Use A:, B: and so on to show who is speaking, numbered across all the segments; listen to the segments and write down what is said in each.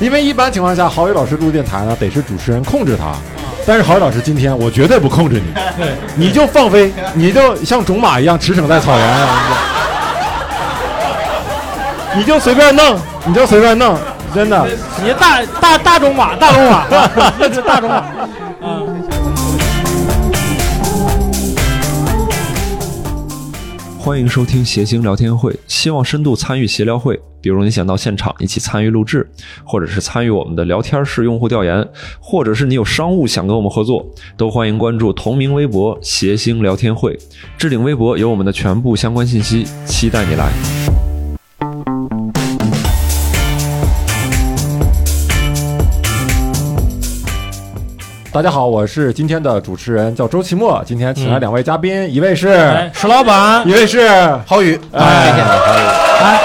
A: 因为一般情况下，郝宇老师录电台呢，得是主持人控制他。
B: 嗯
A: 但是郝宇老师今天，我绝对不控制你，你就放飞，你就像种马一样驰骋在草原啊，你就随便弄，你就随便弄，真的。
B: 你大大大种马，大 种马，这是大种马。
C: 欢迎收听谐星聊天会，希望深度参与协聊会。比如你想到现场一起参与录制，或者是参与我们的聊天室用户调研，或者是你有商务想跟我们合作，都欢迎关注同名微博“谐星聊天会”，置顶微博有我们的全部相关信息，期待你来。
A: 大家好，我是今天的主持人，叫周奇墨。今天请来两位嘉宾，一位是，
B: 哎，石老板，
A: 一位 是
D: 郝宇，
A: 哎
D: 谢谢
B: 哎，
D: 啊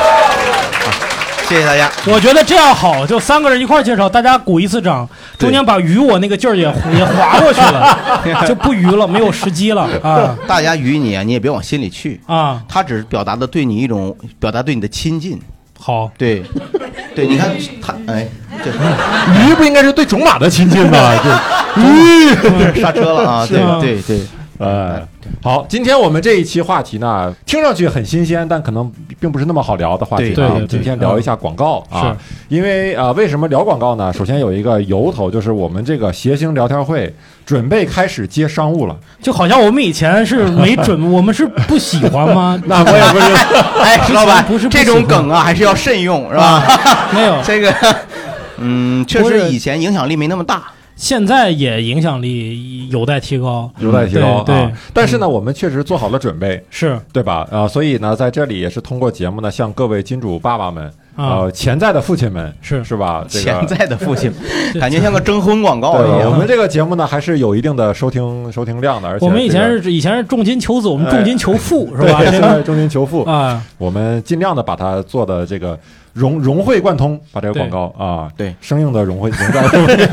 D: 谢谢大家。
B: 我觉得这样好，就三个人一块儿介绍，大家鼓一次掌，中间把鱼我那个劲儿也也划过去 了，就不鱼了，没有时机了啊
D: 大家与你啊，你也别往心里去，
B: 啊！
D: 他只是表达的对你一种表达对你的亲近。
B: 好，
D: 对，对，
B: 嗯
D: 你看他，哎，这
A: 鱼，不应该是对种马的亲近 吗？这鱼，
D: 刹车了啊！对
B: 吗
D: 对对，
B: 哎
A: 呃，好，今天我们这一期话题呢，听上去很新鲜，但可能并不是那么好聊的话题
D: 对
A: 啊。
B: 对
A: 我们
B: 对嗯
A: 今天聊一下广告啊，因为啊、呃为什么聊广告呢？首先有一个由头，就是我们这个谐星聊天会准备开始接商 务了。
B: 就好像我们以前是没准，我们是不喜欢吗？
A: 那我也不是，
D: 哎，石老板
B: 不是，不喜
D: 这
B: 欢啊
D: 种梗啊，还是要慎用，是吧？
B: 没有，
D: 这个，嗯，确
B: 不是
D: 实以前影响力没那么大。
B: 现在也影响力有待提高，
A: 有待提高啊。
B: 对对嗯
A: 但是呢，我们确实做好了准备。
B: 是
A: 对吧？啊、所以呢，在这里也是通过节目呢，向各位金主爸爸们，
B: 啊
A: 呃，潜在的父亲们，
B: 是
A: 是吧？这个
D: 潜在的父亲，感觉像个征婚广
B: 哦
D: 告一
A: 对，我
D: 样。
A: 们这个节目呢，还是有一定的收听收听量的，而且
B: 我们以前
A: 这个
B: 是以前是重金求子，我们
A: 哎
B: 重金求 富是
A: 对
B: 吧？这
A: 现
B: 个
A: 在重金求富，
B: 啊，
A: 我们尽量的把它做的这个融融会贯通，把这个广告啊，
D: 对
A: 生硬的融会融在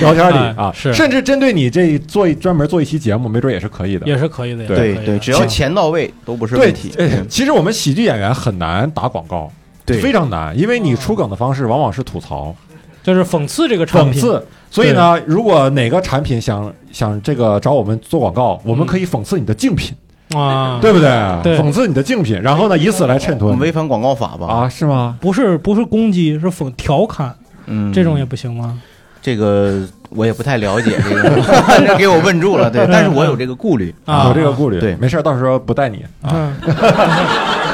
A: 聊天里啊，
B: 哎是
A: 甚至针对你这做一专门做一期节目，没准也是可以的，
B: 也是可以的，
A: 对
B: 也是
D: 对
B: 可以
D: 对，
B: 的
D: 只要钱到位都不是
A: 对
D: 问题，。
A: 哎其实我们喜剧演员很难打广告，
D: 对
A: 非常难，因为你出梗的方式往往是吐槽、
B: 就是讽刺这个产
A: 讽
B: 品，
A: 刺。所以呢，如果哪个产品想想这个找我们做广告，我们
B: 嗯
A: 可以讽刺你的竞品，
B: 啊，
A: 对不对？
B: 对
A: 讽刺你的竞品，然后呢，以此来衬
D: 我
A: 托
D: 们
A: 你
D: 违反广告法吧？
A: 啊，是吗？
B: 不是不是攻击，是讽调侃，
D: 嗯，
B: 这种也不行吗？
D: 这个我也不太了解，这个这给我问住了。对，但是我有这个顾虑。
B: 啊，
A: 有这个顾虑，
D: 对
A: 没事儿，到时候不带你，
D: 啊
B: 嗯，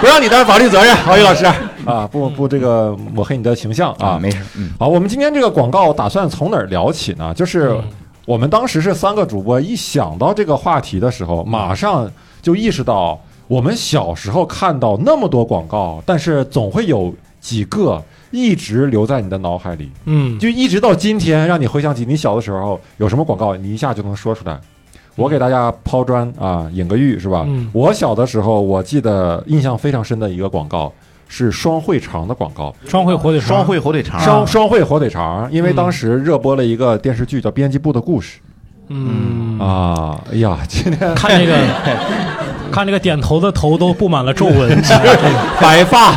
A: 不让你担法律责任，郝宇老师啊，不不，这个抹黑你的形象啊，
D: 没事，嗯，
A: 好，我们今天这个广告打算从哪儿聊起呢？就是
B: 嗯
A: 我们当时是三个主播，一想到这个话题的时候，马上就意识到，我们小时候看到那么多广告，但是总会有几个一直留在你的脑海里，
B: 嗯，
A: 就一直到今天，让你回想起你小的时候有什么广告，你一下就能说出来。我给大家抛砖啊，引个玉是吧？
B: 嗯
A: 我小的时候，我记得印象非常深的一个广告是双汇肠的广告。
B: 双汇火腿肠，
D: 双汇火腿
B: 啊
D: 肠，
A: 双双汇火腿肠，因为当时热播了一个电视剧叫《编辑部的故事》
B: 嗯，
A: 啊，哎呀，今
D: 嗯
A: 天
B: 看这 个，看这个点头的头都布满了皱 纹，
A: 白发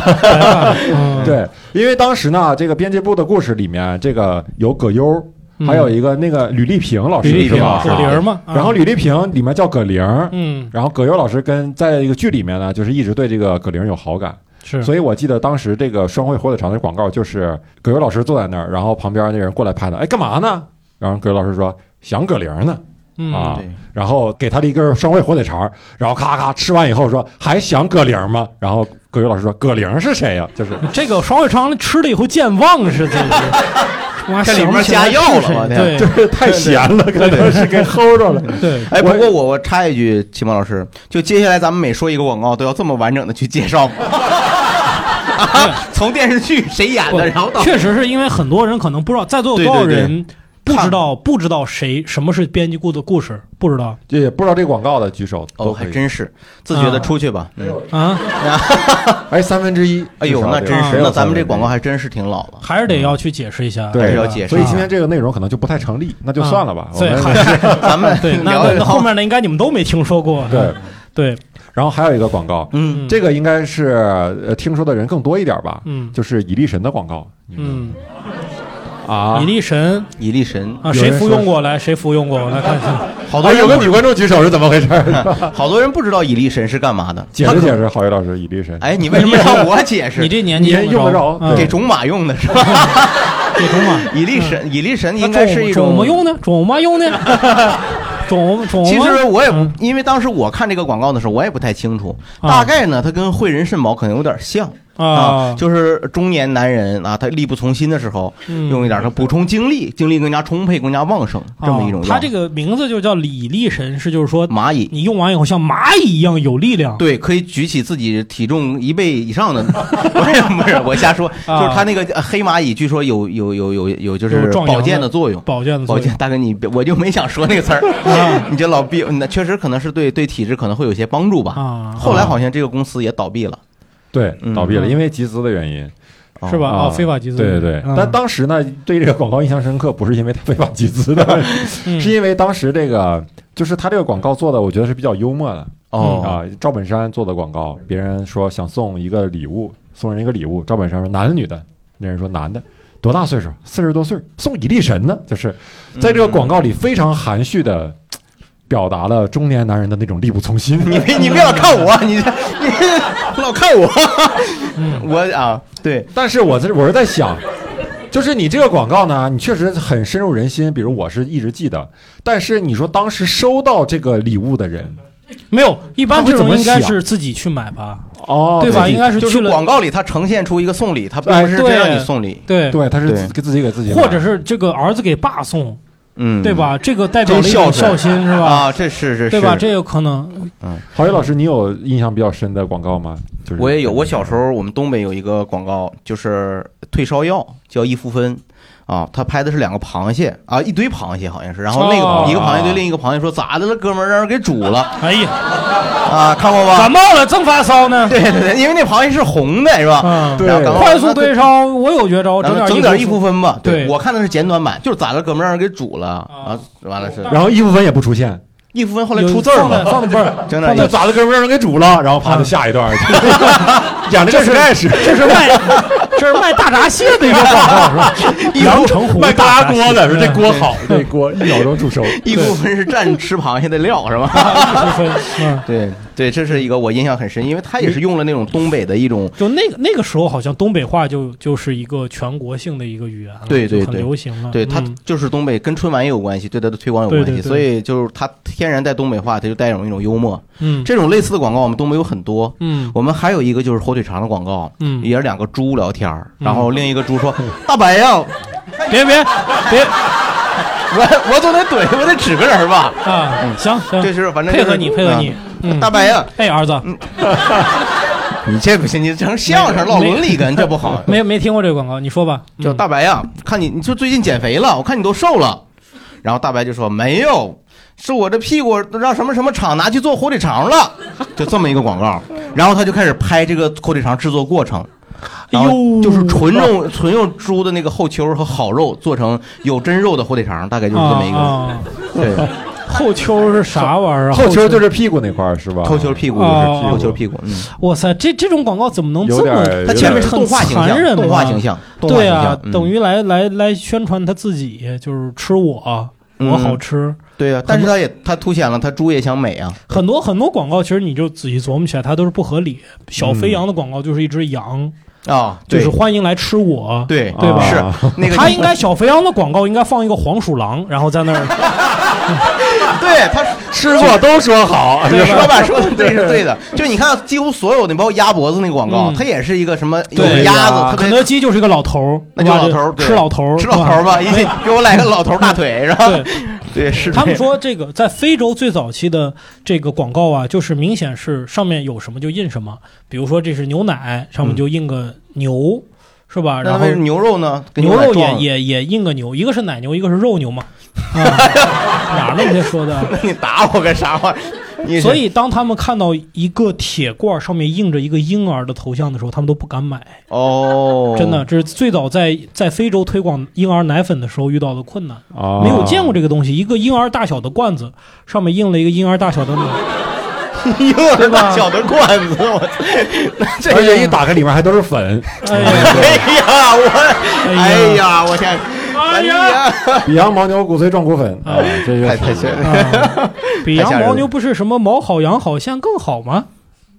B: 嗯，
A: 对，因为当时呢，这个《编辑部的故事》里面这个有葛优，
B: 嗯
A: 还有一个那个吕丽萍老师
B: 吕丽
A: 是
B: 萍
A: 吧？
B: 葛玲嘛，啊
A: 然后吕丽萍里面叫葛玲，
B: 嗯
A: 然后葛优老师跟在一个剧里面呢，就是一直对这个葛玲有好感，
B: 是，
A: 所以我记得当时这个双汇火腿肠的广告就是葛优老师坐在那儿，然后旁边那人过来拍他，哎，干嘛呢？然后葛优老师说想葛玲呢。
B: 嗯
A: 啊
D: 对，
A: 然后给他了一根双汇火腿肠，然后咔咔吃完以后说还想葛玲吗？然后葛优老师说葛玲是谁呀、 就是
B: 这个双汇肠吃了以后健忘是这个，哇
D: 这里
B: 想
D: 面
B: 不起来
D: 加药了
B: 是谁
D: 吧
B: 对
A: 就是太咸了，可能是给齁着 了。
B: 对，
D: 哎，不过我我插一句，秦梦老师，就接下来咱们每说一个广告，都要这么完整的去介绍吗？ 啊，从电视剧谁演
B: 不
D: 的，然后到
B: 哦确实是因为很多人可能不知道，在座有多少
D: 对对对
B: 人不知道不知道谁什么是编辑部的故事，不知道
A: 也不知道这广告的举手
D: 哦，
A: 都可
D: 还
A: 以，
D: 真是自觉的出去吧。嗯
B: 啊，
A: 哎，三分之一，
D: 哎呦，那真是，
A: 谁有
D: 那
A: 三
D: 咱们
A: 分之
D: 这
A: 一
D: 广告。还真是挺老了。
B: 还是得要去解释一下，
A: 对，
D: 是要解释
A: 所以今天这个内容可能就不太成立，那就算了吧。
B: 啊
A: 我
B: 所以
A: 们
B: 还
D: 咱们
B: 对，
D: 聊
B: 那
D: 一
B: 那
D: 聊
B: 后面的应该你们都没听说过，啊
A: 对，
B: 对，
A: 然后还有一个广告，
D: 嗯，
A: 这个应该是呃听说的人更多一点吧，
B: 嗯
A: 就是以力神的广告，
B: 嗯，
C: 啊
B: 以力神
D: 以力神
B: 啊，谁服用过？来，谁服用过？来看一下。
D: 好
A: 啊，
D: 多人
A: 有个
D: 不
A: 女观众举手是怎么回事？
D: 好多人不知道以力神是干嘛的，
A: 解
D: 他
A: 释
D: 可
A: 解释，郝宇老师，以力神。
D: 哎，你为什么让我解释？
B: 你这年纪
A: 你用得着
B: 嗯
A: 对
D: 给种马用的是 吧？
B: 给中嘛？
D: 以力
B: 嗯
D: 神，以力神应该是一种
B: 种么用呢？种嘛 用呢？种种
D: 其实我也不
B: 嗯
D: 因为当时我看这个广告的时候，我也不太清楚，
B: 啊
D: 大概呢，它跟汇仁肾宝可能有点像
B: 啊，
D: 就是中年男人啊，他力不从心的时候，
B: 嗯
D: 用一点儿，他补充精力，精力更加充沛，更加旺盛，这么一种
B: 啊
D: 药。
B: 它这个嗯名字就叫李力神，是就是说
D: 蚂蚁，
B: 你用完以后像蚂蚁一样有力量。
D: 对，可以举起自己体重一倍以上的， 不是不是，我瞎说，就
B: 啊
D: 是它那个呃黑蚂蚁，据说有有有有有就是
B: 有壮阳
D: 保健
B: 的
D: 的作用。
B: 保健的作
D: 保
B: 用
D: 健大哥，你别我就没想说那个词儿
B: 嗯 啊，
D: 你这老逼，那确实可能是对对体质可能会有些帮助吧。
B: 啊，
D: 后来好像这个公司也倒闭了，
A: 对，
D: 嗯
A: 倒闭了，
B: 嗯
A: 因为集资的原因。
D: 哦
B: 是吧？
A: 啊
B: 哦，非法集资。
A: 对对对，
B: 嗯
A: 但当时呢，对这个广告印象深刻，不是因为它非法集资的，
B: 嗯
A: 是因为当时这个就是他这个广告做的，我觉得是比较幽默的。
D: 哦，
A: 啊，赵本山做的广告，别人说想送一个礼物，送人一个礼物，赵本山说男的女的，那人说男的，多大岁数？四十多岁，送以力神呢？就是在这个广告里非常含蓄的表达了中年男人的那种力不从心。
B: 嗯
D: 你别你别老 看我，你这你老看我，
B: 嗯
D: 我啊，对，
A: 但是我在我是在想，就是你这个广告呢，你确实很深入人心，比如我是一直记得，但是你说当时收到这个礼物的人，
B: 没有，一般这
A: 他
B: 种
A: 会怎么啊
B: 应该
A: 想
B: 是自己去买吧，
A: 哦
B: 对吧？
A: 自己
B: 应该是
D: 就
B: 去
D: 是
B: 了
D: 广告里它呈现出一个送礼，它并
A: 哎
D: 不是真让
B: 对
D: 你送礼，
B: 对，
A: 对，他是
D: 对
A: 给自己给自己买，
B: 或者是这个儿子给爸送，
D: 嗯，
B: 对？吧？这个代表了
D: 真
B: 一
D: 孝
B: 种
D: 顺
B: 孝心，是吧？
D: 啊，这是是是，
B: 对吧？这有可能
A: 郝宇老师，你有印象比较深的广告吗？就是
D: 我也有，我小时候我们东北有一个广告，就是退烧药叫益复芬。啊，他拍的是两个螃蟹啊，一堆螃蟹好像是，然后那个、
B: 哦
D: 一个螃蟹对另一个螃蟹说咋的了，哥们儿让人给 煮了
B: 哎呀，
D: 啊，看过吧
B: 感？冒了正发烧呢，
D: 对对对，因为那螃蟹是红的是吧？
B: 嗯，
A: 对
D: 然后刚
B: 快速退烧，我有绝招，
D: 然后
B: 整
D: 整
B: 点
D: 点
B: 益
D: 益
B: 复
D: 复芬吧，
B: 对哦
D: 我看的是简短版，就是咋了，哥们儿让人给煮了啊，完了是
A: 然后易富芬也不出现，
D: 益复芬后来
B: 有
D: 出字儿
B: 放在
D: 嘛，
B: 放的倍儿，
D: 整点
A: 那
D: 益
A: 咋的，哥们儿让人给煮了，然后啪就下一段，演这个 sketch，
B: 啊这 是卖这是卖大闸蟹的一个广告是吧？阳澄湖
A: 卖
B: 大
A: 大
B: 闸
A: 家
B: 蟹嗯
A: 锅的，说这锅好，这锅一秒钟煮 熟，
D: 益 复芬是蘸吃螃蟹的料是吧？
B: 对对 嗯，
D: 对 对，这是一个我印象很深，因为他也是用了那种东北的一种
B: 就那个那个时候，好像东北话就就是一个全国性的一个语言了，
D: 对对
B: 就很
D: 对
B: 流行了。
D: 对，它
B: 嗯
D: 就是东北，跟春晚也有关系，对它的推广有
B: 对
D: 关
B: 对
D: 系，
B: 对
D: 所以就是它天然带东北话，它就带有一种幽默。
B: 嗯
D: 这种类似的广告，我们东北有很多。
B: 嗯
D: 我们还有一个就是火腿肠的广告，
B: 嗯
D: 也是两个猪聊天儿，
B: 嗯
D: 然后另一个猪说：“大白呀，我
B: 别别别
D: 我总得怼，我得指个人儿吧。
B: 啊！行行，
D: 嗯这是反正就
B: 配
D: 是啊
B: 合你配合你，嗯，
D: 大嗯白呀，
B: 哎儿子，
D: 你这不行，你成相声唠伦理哏，这不好。
B: 没没听过这个广告，你说吧，嗯
D: 就大白呀，看你，你就最近减肥了，我看你都瘦了。然后大白就说没有，是我这屁股让什么什么厂拿去做火腿肠了，就这么一个广 告。然后他就开始拍这个火腿肠制作过程。
B: 哎
D: 然后就是纯用纯用猪的那个后丘和好肉做成有真肉的火腿肠，大概就是这么一
B: 啊
D: 个。
B: 啊
D: 对，
B: 后丘是啥玩意儿啊？
A: 后球就是屁股那块儿是吧？
D: 后丘屁股就
B: 哦
D: 是后丘屁股，嗯，
B: 哇塞，这这种广告怎么能这
A: 有点
B: 么
A: 儿
B: 很
A: 有
D: 它前面是动画形
B: 残忍
D: 象，
B: 啊
D: 动画形象，动画
B: 对
D: 形
B: 啊
D: 象，，嗯
B: 等于来来来宣传他自己，就是吃我，
D: 嗯
B: 我好吃。
D: 对啊，但是它也它凸显了它猪也想美啊，
B: 很多很多广告，其实你就仔细琢磨起来，它都是不合理。小肥羊的广告就是一只羊，
D: 啊，
B: 就
D: 对
B: 是欢迎来吃我。
D: 对
A: 对吧
D: 是那个
B: 他应该小肥羊的广告应该放一个黄鼠狼，然后在那儿
D: 对，他
A: 吃过都说好，
D: 是老板说的 对是对的。就你看，几乎所有的，包括鸭脖子那个广告
B: 嗯，
D: 它也是一个什么有
B: 对
D: 鸭子，特
B: 肯
D: 别
B: 德基就是一个老头儿，
D: 那就
B: 对吧
D: 老头儿
B: 就
D: 对
B: 吃老头儿，
D: 吃老头儿
B: 是吧。
D: 吧，一起给我来个老头大腿，是吧？
B: 对，
D: 对，是 这样
B: 他们说这个在非洲最早期的这个广告啊，就是明显是上面有什么就印什么，比如说这是牛奶，上面就印个牛，是吧？
D: 嗯那
B: 然后
D: 为什么牛肉呢？跟
B: 牛肉
D: 奶撞
B: 也
D: 了，
B: 也也印个牛，一个是奶牛，一个是肉牛 嘛。啊、哪儿那么些说的？啊
D: 那 你打我干啥玩意儿？你
B: 所以当他们看到一个铁罐上面印着一个婴儿的头像的时候，他们都不敢买。
D: 哦，
B: 真 的，这是最早在在非洲推广婴儿奶粉的时候遇到的困难。
A: 啊
D: 啊
B: 没有见过这个东西，一个婴儿大小的罐子上面印了一个婴儿大小的奶。
D: 婴儿
B: 对吧哎
D: 大小的罐子，我操那这
A: 而 且一打开里面还都是粉，
B: 哎呀，
D: 哎呀，我
B: 哎呀
D: 哎呀，我天，
B: 哎呀，
A: 比羊牦牛骨髓壮骨粉啊，这个
D: 太太吓人了。
B: 啊， 比
D: 太
B: 羊
D: 吓人
B: 牦
D: 了
B: 牛不是什么毛好羊好线更好吗？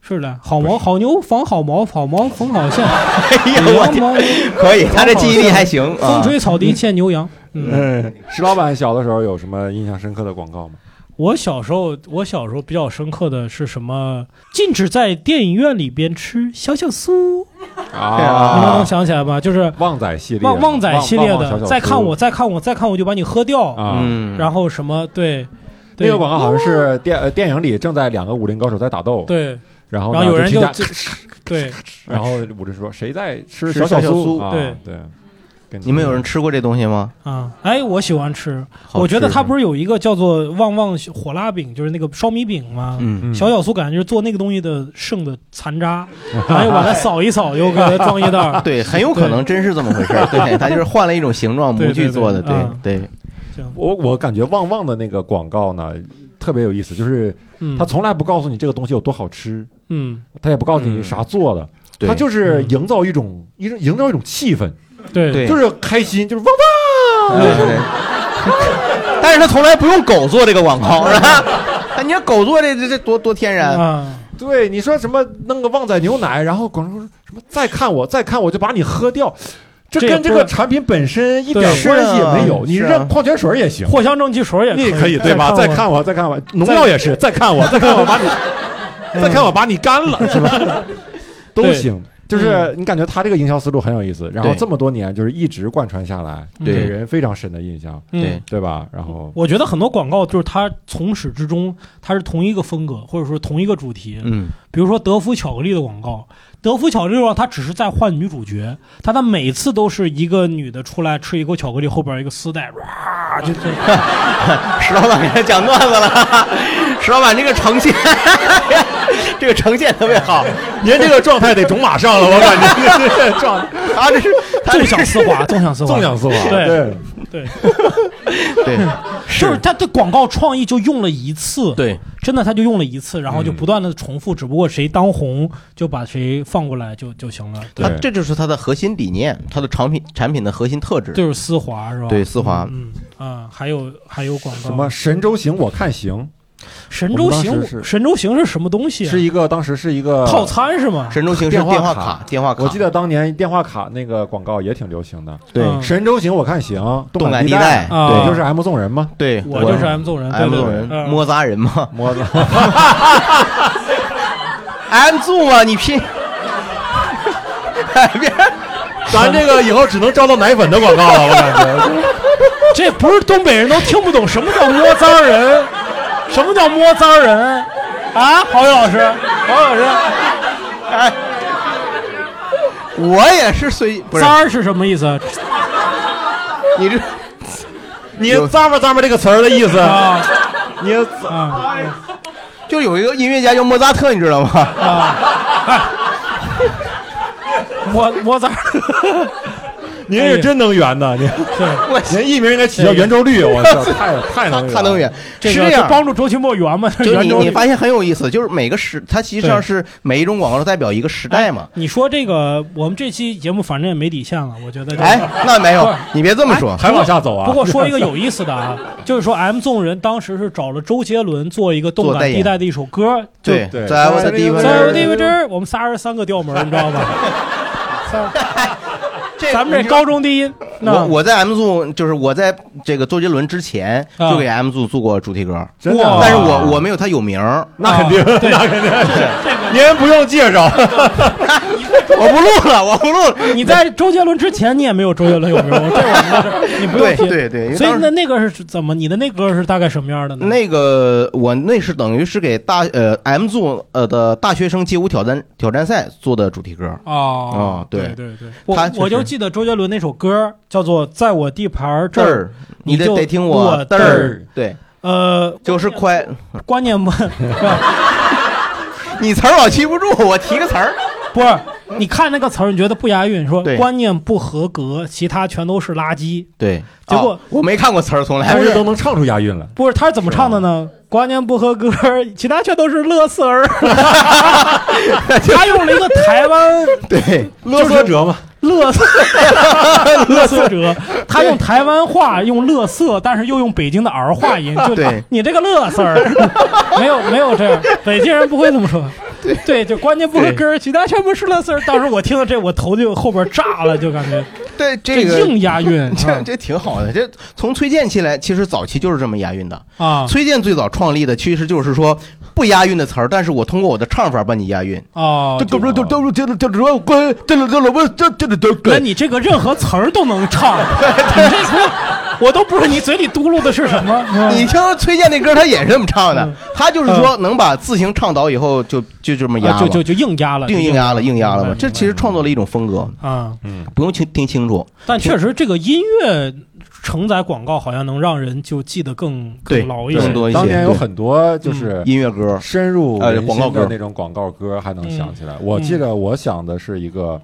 B: 是的，好毛好牛防好毛，好毛缝好 线。
D: 哎
B: 比
D: 呀，我
B: 羊
D: 天，
B: 牦牛
D: 可 以，他这记忆力还 行啊
B: 风。吹草低见牛羊。嗯，
A: 嗯，石老板小的时候有什么印象深刻的广告吗？
B: 我小时候，我小时候比较深刻的是什么？禁止在电影院里边吃小小酥，你们能
A: 啊，
B: 想起来吧？就是
A: 旺仔系列，
B: 旺旺仔系列
A: 旺旺小
B: 的，
A: 小
B: 再看
A: 猪
B: 我，再看我，再看我就把你喝掉。
A: 啊，
D: 嗯，
B: 然后什么？对，对
A: 那个广告好像是电呃电影里正在两个武林高手在打斗，
B: 对，
A: 然后
B: 然
A: 呢
B: 后有人
A: 就
B: 就
A: 听见
B: 就对
A: 然后武林说谁在吃
D: 吃
A: 小
D: 小小
A: 酥？
D: 酥
A: 啊
B: 对
A: 对，跟
D: 你们有人吃过这东西吗？
B: 啊，哎，我喜欢吃。
D: 好
B: 我觉得
D: 吃
B: 它不是有一个叫做旺旺火辣饼，就是那个烧米饼吗？
D: 嗯，
A: 嗯
B: 小小苏感觉就是做那个东西的剩的残 渣，然后又把它扫一扫，又给它装一袋儿。
D: 啊对， 很有可能真是这么回事 儿。对，它就是换了一种形状，
B: 对
D: 模具
B: 对
D: 做的。
B: 对嗯
D: 对对，
A: 我我感觉旺旺的那个广告呢特别有意思，就是
B: 嗯，
A: 他从来不告诉你这个东西有多好吃，
B: 嗯，
A: 他也不告诉你啥做的，
D: 对
A: 他就是营造一种一种营造一种气氛，
B: 对
D: 对
A: 就是开心，就是旺
B: 哎
A: 旺。
D: 对对对 但是他从来不用狗做这个广告， 是吧？哎你看狗做这这这多多天然，
B: 啊，
A: 对，你说什么弄个旺仔牛奶，然后广告说什么再看我，再看我就把你喝掉，这
B: 这也
A: 跟这
B: 不
A: 个产品本身一点
B: 对
A: 关系也没
D: 是啊
A: 有。你
D: 是啊
A: 扔矿泉水也行，
B: 藿香正气水也
A: 你可以对吧？再
B: 再
A: 看我， 再看我，农药也是，再看我，再嗯看我把你，再看我把你干了，是吧？ 都
B: 对
A: 行。就是你感觉他这个营销思路很有意思，然后这么多年就是一直贯穿下来，
B: 对
A: 给人非常深的印象，
B: 嗯
D: 对
A: 对吧？然后
B: 我觉得很多广告就是它从始至终它是同一个风格，或者说同一个主题。
D: 嗯，
B: 比如说德芙巧克力的广告，德芙巧克力的广告它只是在换女主角，它它每次都是一个女的出来吃一口巧克力，后边一个丝带，哇，就就
D: 石老板要讲段子了， 石老板这个呈现， 这个呈现特别好。
A: 您这个状态得种马上了，我感觉 这个状
D: 他这是他
B: 纵向丝滑，纵向丝滑，
A: 纵向丝滑，
B: 对
A: 对。
B: 对，
D: 对，
B: 就是他的广告创意就用了一次，，
D: 对
B: 真的他就用了一次，然后就
A: 嗯
B: 不断的重复，只不过谁当红就把谁放过来就就行了，
A: 对
D: 他这就是他的核心理念，他的产品产品的核心特质。
B: 就是丝滑是吧？
D: 对丝滑
B: 嗯啊，还有还有广告
A: 什么《神州行》我看行，
B: 神州
A: 我们
B: 行
A: 当时，是
B: 神州行是什么东西啊？
A: 是一个当时是一个
B: 套。餐是吗？
D: 神州行是
A: 电话
D: 电话
A: 卡
D: 卡，电话卡。
A: 我记得当年电话卡那个广告也挺流行的，
D: 对
A: 《
B: 嗯
A: 神州行》我看行，动
D: 动感
A: 地
D: 地带，
B: 啊
A: 对，
D: 对
A: 就是 M 纵人嘛，
D: 对，
B: 我就是 M 纵人对
D: M
B: 对
D: 纵
B: 对
D: 人
B: 嗯
D: 摸砸人嘛
A: 摸的。
D: ，M 纵嘛，你拼。哎别
A: 咱这个以后只能招到奶粉的广告了，我感觉。
B: 这不是东北人都听不懂什么叫摸脏 人，什么叫摸脏人啊？郝宇老师，郝宇老师，
D: 我也是随不是
B: 脏儿是什么意思？
D: 你这
A: 你
D: 有
A: 咂吧咂吧这个词儿的意思，
B: 啊
A: 你
B: 啊
D: 就有一个音乐家叫莫扎特，你知道吗？
B: 摸摸脏儿，
A: 您是真能圆呐，您
B: 对。
D: 我
A: 您艺名应该起叫圆周率，我操，太太能圆，
D: 看能远，
B: 这
D: 是
B: 个
D: 这
B: 就
D: 样。
B: 帮助周奇墨圆嘛？
D: 就
B: 圆
D: 你
B: 周
D: 你
B: 率
D: 发现很有意思，就是每个时，它其实上
B: 对
D: 是每一种广告都代表一个时代嘛。
B: 你说这个，我们这期节目反正也没底线了，我觉得这。
D: 哎，那没
B: 不
D: 有
B: 是，哎
D: 你别这么说。
A: 还往下走啊。
B: 不过说一个有意思的啊， 就是说 M 纵人当时是找了周杰伦做一个动
D: 做
B: 感
D: 代言
B: 地带的一首歌，就
D: 对，
A: 对
D: 在我的地
A: 在
D: 方，
B: 在我地位这儿，我们仨人三个调门儿，你知道吧？
D: 这
B: 咱们这高中低音，那
D: 我我在 M 组，就是我在这个周杰伦之前
B: 啊
D: 就给 M 组做过主题歌，
A: 真
B: 哦
A: 的啊，
D: 但是我我没有他有名儿，
A: 那肯定，那肯定，您不用介绍，
D: 我不录了， 我不录了。
B: 你在周杰伦之前，你也没有周杰伦有名，我这我们在这儿你不用
D: 对
B: 提。
D: 对对，因为
B: 所以
D: 当时
B: 那那个是怎么？你的那歌是大概什么样的呢？
D: 那个我那是等于是给大呃 M 组呃的大学生街舞挑战挑战赛做的主题歌，
B: 哦
D: 哦对
B: 对对对，我
D: 他就是
B: 我就记得周杰伦那首歌叫做《在我地盘儿
D: 这
B: 这儿》，
D: 儿你得
B: 就
D: 得听
B: 我
D: 嘚
B: 嘚
D: 儿
B: 儿，
D: 对，
B: 呃，
D: 就是快，
B: 关键 不
D: 你词儿老记不住，我提个词儿，
B: 不是，你看那个词儿，你觉得不押韵，说
D: 对
B: 观念不合格，其他全都是垃圾。
D: 对，
B: 结果
D: 哦我没看过词儿，从来
A: 但是都能唱出押韵来。
B: 不是，他是怎么唱的呢？观念不合格，其他全都是乐色儿。他用了一个台湾，
D: 对，
A: 勒索者嘛，
B: 乐色，乐色者，他用台湾话用乐色，但是又用北京的儿化音，就
D: 对
B: 你这个乐色儿，没有没有这样，北京人不会这么说。对，就关键不合根儿，其他全部是乐色儿。当时我听到这，我头就后边炸了，就感觉
D: 对
B: 这
D: 这个。
B: 硬啊押韵
D: 这这挺好的，这从崔健起来，其实早期就是这么押韵的。
B: 啊
D: 崔健最早创立的其实就是说不押韵的词儿，但是我通过我的唱法把你押韵。
B: 啊！就
D: 不就就就就就滚，这这这不这这这
B: 那你这个任何词儿都能唱，你这词儿我都不知道你嘴里嘟噜的是什么。嗯
D: 你听崔健那歌，他也是这么唱的
B: 嗯，
D: 他就是说能把字形倡导以后，就就这么押
B: 啊就
D: 了，
B: 就就硬压了，嗯
D: 硬硬压了，硬压了嘛
B: 明。白
D: 这其实创作了一种风格，
B: 啊。
D: 不用听听清楚。
B: 但确实，这个音乐承载广告好像能让人就记得更
D: 对
B: 更牢一
D: 更
B: 些。
D: 多一些
A: 当年有
D: 对
A: 很
B: 嗯
A: 多就是
D: 音乐歌，
A: 深入
D: 呃
A: 人
D: 广告
A: 心的
D: 歌
A: 那种广告歌，还能
B: 嗯
A: 想起来。我记得我想的是一个，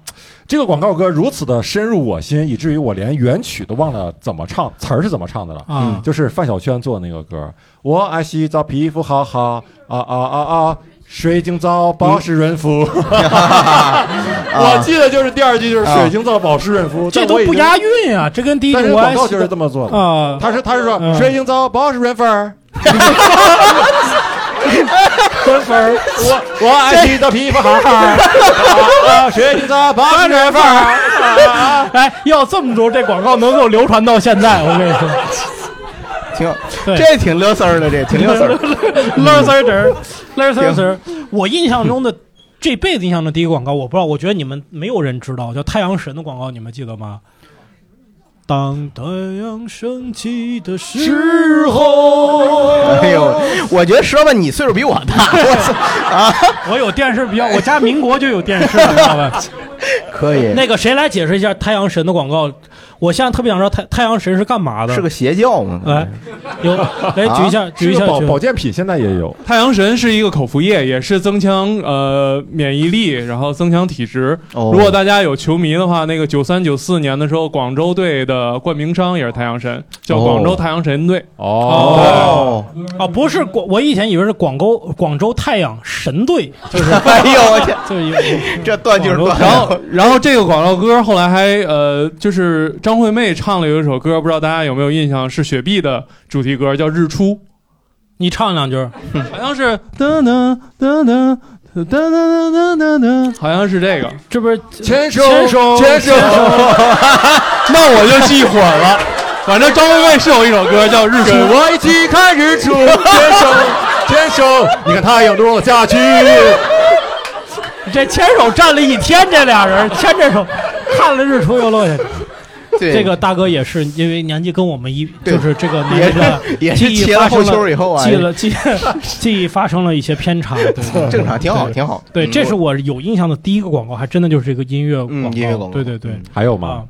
A: 这个广告歌如此的深入我心，以至于我连原曲都忘了怎么唱，词儿是怎么唱的了。
D: 嗯
B: 啊
A: 就是范晓萱做的那个歌，我爱洗澡，皮肤好好啊啊啊啊，水晶皂保
D: 嗯
A: 湿润 肤。
D: 啊
A: 我记得就是第二句就是水晶皂保湿润肤，
B: 这
A: 但
B: 都
A: 我已
B: 不
A: 经
B: 押韵啊，这跟第一
A: 但
B: 句
A: 是
B: 我
A: 广
B: 爱
A: 告
B: 洗
A: 就是这么做的。
B: 啊，
A: 他是他是说
B: 嗯
A: 水晶皂保湿润肤儿。
B: 分分儿
A: 我我爱你的皮肤好好，啊，学你的八十分儿。
B: 哎，要这么着，这广告能够流传到现在，我跟你说，
D: 挺
B: 对
D: 这挺乐丝儿的，这挺 乐丝儿嗯的。
B: 乐丝儿嘚儿，乐丝儿嘚儿。我印象中的这辈子印象中的第一个广告，我不知道，我觉得你们没有人知道，叫太阳神的广告，你们记得吗？当太阳升起的时候，
D: 哎呦，我觉得石老板你岁数比我 大，我操啊，
B: 我有电视比较，我家民国就有电视，你知道 吧？
D: 可以，
B: 那个谁来解释一下太阳神的广告？我现在特别想知道太太阳神是干嘛的？
D: 是个啊邪教嘛。
B: 哎， 有来举一下，举一
A: 这
B: 下
A: 个保
B: 举
A: 保健品现在也有，
E: 太阳神是一个口服液，也是增强呃免疫力，然后增强体质。
D: 哦
E: 如果大家有球迷的话，那个九三九四年的时候，广州队的冠名商也是太阳神，叫
D: 哦
E: 广州太阳神队。
A: 哦，
B: 啊，不是广，我以前以为是广州广州太阳神队，就是
D: 哎呦我天，
B: 就是有有
D: 这断就是断。
E: 然后，然后这个广告歌后来还呃，就是张惠妹唱了有一首歌，不知道大家有没有印象，是雪碧的主题歌，叫《日出
B: 你唱两句儿，》，
E: 好像是噔噔噔噔噔噔噔噔噔，好像是这个。
B: 这不是
A: 牵手
B: 牵手
A: 牵手，
E: 那我就记混了。反正张惠妹是有一首歌叫《日出
A: 跟》，我一起看日出，牵手牵手，你看太阳落下去。
B: 这牵手站了一天，这俩人牵着手看了日出又落下去。
D: 对
B: 这个大哥也是因为年纪跟我们一，
D: 对
B: 就是这个
D: 也
B: 年
D: 是
B: 纪的
D: 也是
B: 记忆
D: 切了
B: 发生
D: 后丘以后啊
B: 记了记记忆发生了一些偏差，对对对
D: 正常，挺好，挺好。
B: 对，
D: 嗯
B: 这是我有印象的第一个广告，还真的就是这个音乐广告。
D: 嗯音乐广告
B: 对对对，
A: 还有
B: 啊？，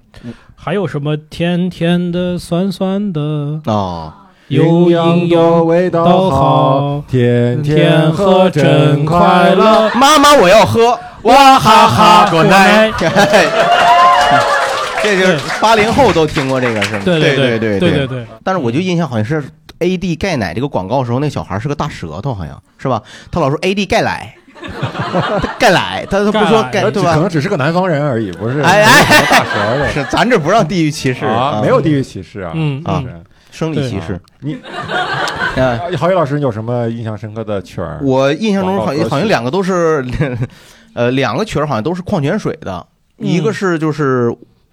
B: 还有什么甜甜的、酸酸的，
D: 哦，
B: 有营
A: 的
B: 养
A: 味道好，天天喝真快乐。
D: 妈妈我要喝，
B: 哇哈哈，
D: 果
B: 果奶。
D: 这就是八零后都听过这个是吗？
B: 对
D: 对
B: 对
D: 对
B: 对啊
D: 对。
B: 对，
D: 但是我就印象好像是 A D 钙奶这个广告时候，那小孩是个大舌头，好像是吧？他老说 A D 钙奶， 钙奶，他都不说
B: 钙
D: 钙
A: 呃，只
D: 对
A: 可
D: 吧？
A: 能只是个南方人而已，不是
D: 哎哎
A: 不是什么大舌的。
D: 是嗯咱这不让地域歧视
A: 啊，没有地域歧视啊，
B: 嗯
D: 啊
B: 嗯，
D: 生理歧视。
A: 对
D: 嗯，
A: 啊郝宇老师，你有什么印象深刻的曲儿？
D: 我印象中好
A: 广告歌
D: 像
A: 曲
D: 好像两个都是，呃，两个曲儿好像都是矿泉水的，
B: 嗯
D: 一个是就是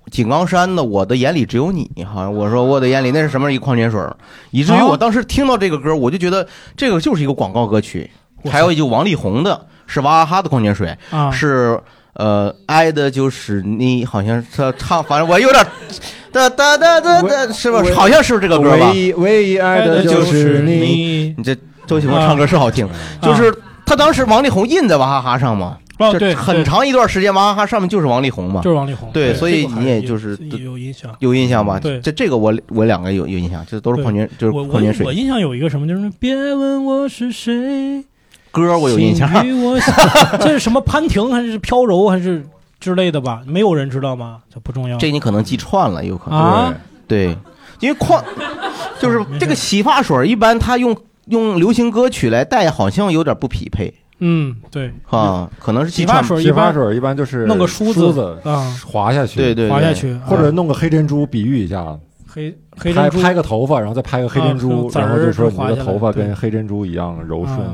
D: 井冈山的《我的眼里只有你》，好像我说我的眼里那是什么一个矿泉水儿，以至于
B: 啊
D: 我当时听到这个歌，我就觉得这个就是一个广告歌曲。
B: 我操
D: 还有一句王力宏的是娃哈哈的矿泉水，
B: 啊，
D: 是呃爱的就是你，好像是他唱，反正我有点 哒哒哒哒哒，是吧
A: 我？
D: 好像是这个歌吧
A: 唯？一唯一爱的就是你。
B: 你。
D: 你这周启峰唱歌是好听，就是他当时王力宏印在娃哈哈上嘛。
B: 嗯啊哦，
D: 这
B: 对，
D: 很
B: 对，
D: 长一段时间，娃哈哈上面就是王力宏嘛
B: 就，是王力宏。
D: 对所以
B: 这个还
D: 你也就是
B: 有有印象。
D: 有印象吧？
B: 对
D: 这这个我我两个有有印象，这都是矿泉，就
B: 我
D: 是矿
B: 我
D: 泉
B: 我
D: 水
B: 印象有一个什么，就是别问我是谁，
D: 歌，我有印象。
B: 请与我 这是什么潘婷还是飘柔还是之类的吧？没有人知道吗？这不重要。
D: 这你可能记串了，有可能
B: 啊，
D: 对，因为矿 就是这个洗发水，一般它用用流行歌曲来带，好像有点不匹配。
B: 嗯，对，
D: 啊，可能是
B: 洗
D: 气
B: 发
D: 喘，
B: 水一
A: 洗发
B: 般
A: 水一般就是
B: 弄个
A: 梳
B: 梳
A: 子
B: 子啊
A: 滑下去，
D: 对对，
B: 滑
D: 对
B: 下去，啊
A: 或者弄个黑珍珠比喻一下，
B: 黑黑
A: 拍
B: 珍珠
A: 拍个头发，然后再拍个黑珍珠，
B: 啊是
A: 然后就说你
B: 籽儿
A: 的
B: 是滑下来
A: 头发
B: 对
A: 跟黑珍珠一样柔顺，
B: 啊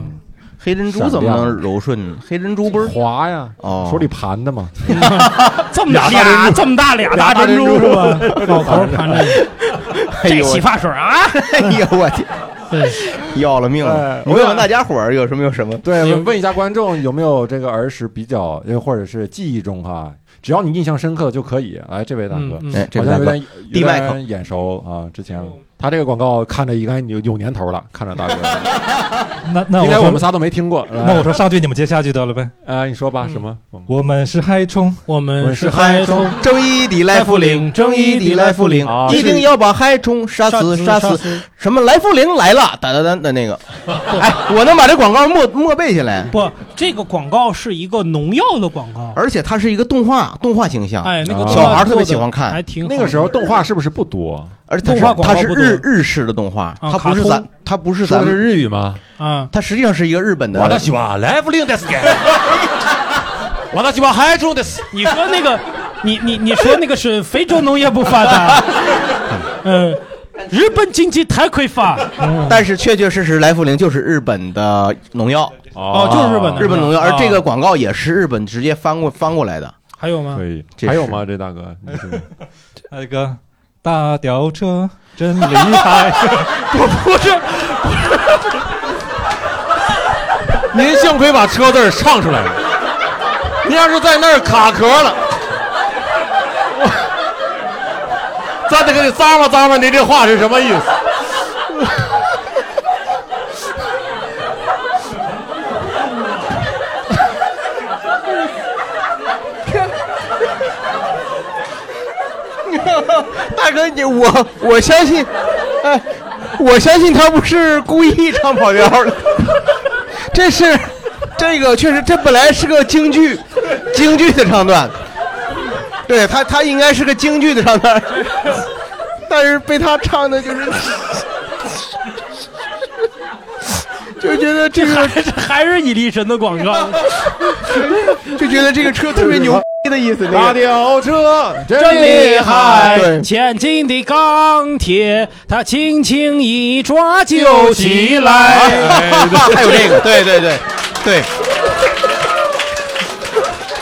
D: 黑珍珠怎么能柔顺呢？黑珍珠不是
A: 滑呀，
D: 哦，
A: 手里盘的嘛，
B: 这么大俩这么大俩大珍珠是吧？老头盘着你
D: 哎
B: 这
D: 呦
B: 洗
D: 我，
B: 发水啊，
D: 哎呦我天，
B: 对，
D: 要了命了！
A: 哎
D: 你问问大家伙儿有什么有什么？
A: 对，
B: 行
A: 问一下观众有没有这个儿时比较，呃或者是记忆中哈，只要你印象深刻就可以。哎，这位大哥
B: 嗯，哦嗯
D: 哎，这
A: 好
D: 个
A: 像
D: 大
A: 有
D: 哥
A: 点有
D: 地麦克
A: 点眼熟啊，之前他这个广告看着应该有有年头了，看着大 哥，
F: 那那
A: 应该
F: 我
A: 我
F: 说
A: 们仨都没听过。来
F: 那我说上句你们接下句得了呗。
A: 呃，你说吧，
B: 嗯
A: 什么？我
F: 我们是嗨冲，
B: 我们
A: 是
B: 是
A: 嗨
B: 嗨
A: 冲
B: 冲，
D: 正义的来福林，正义的来福林
A: 啊，
D: 一定要把嗨冲杀死，杀死。什么来福林来了，哒哒哒 的那个。哎，我能把这广告默默背下来，
B: 不，这个广告是一个农药的广告，
D: 而且它是一个动画动画形象，
B: 哎，那个
A: 啊
B: 动画
A: 小
D: 孩儿特别
B: 做得
D: 喜欢看
B: 还挺好
A: 那个时候动画是不是不多？
D: 而且它
B: 动画
D: 是
B: 广告
D: 它是
B: 不多
D: 日日式的动画，
B: 啊
D: 它不是
B: 卡
D: 咱
B: 通
D: 它不是咱们，
A: 日语吗？
B: 啊，
D: 它实际上是一个日本的。
A: 喜欢 Live Link Desk，我喜欢 High True Desk。
B: 你说那个，你你你说那个是非洲农业不发达，嗯，日本经济太匮乏，
D: 但是确确实实，来福林就是日本的农药，
A: 哦
B: 就是日本的
D: 日本农药，
B: 啊
D: 而这个广告也是日本直接翻过翻过来的。
B: 还有吗
A: 可？以，
D: 这
A: 还有
D: 是
A: 吗？这大哥，你是
F: 那个大吊车真厉害。
A: 您幸亏把车字儿唱出来了，您要是在那儿卡壳了，我咱得给你咂吧咂吧，您这话是什么意思？
D: 大哥，你我我相信，哎，我相信他不是故意唱跑调的， 这是这个确实，这本来是个京剧，京剧的唱段，对他他应该是个京剧的唱段， 但是被他唱的就是， 就觉得这个
B: 还是 还是伊利神的广告，
D: 就觉得这个车特别牛逼的意思，那个
A: 吊车
B: 真厉害！
D: 对
B: 前进的钢铁，它轻轻一抓就起来。
D: 还有这个，哎 对对对对。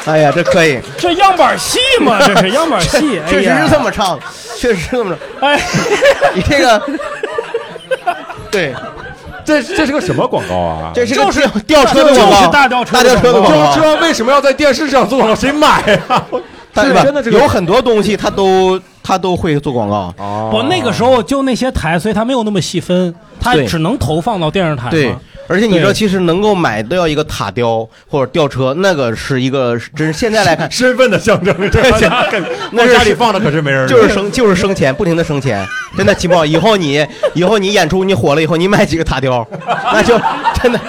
D: 哎呀，这可以，
B: 这样板戏嘛，这是样板戏，哎
D: 确实
B: 呀
D: 是这么唱的，确实是这么唱。
B: 哎，
D: 你这 个，对，
A: 这这是个什么广告啊？
D: 这是个吊吊车的
B: 就是
D: 广告，
B: 大吊车，
D: 大吊车的广
A: 吊
D: 告，啊
A: 车为什么要在电视上做广告？谁买呀？
D: 但
A: 是
D: 吧
A: 真的这个
D: 有很多东西，他都他都会做广告。
A: 哦，
B: 我那个时候就那些台，所以它没有那么细分，它
D: 对
B: 只能投放到电视台嘛。
D: 对，而且你知道，
B: 对
D: 其实能够买到一个塔雕或者吊车，那个是一个，真是现在来看
A: 身份的象征，这
D: 对那
A: 那
D: 是
A: 家里放着可是没人
D: 就是
A: 是
D: 生就是生钱，不停的生钱，真的奇妙。以后你以后你演出你火了以后，你买几个塔雕，那就真的，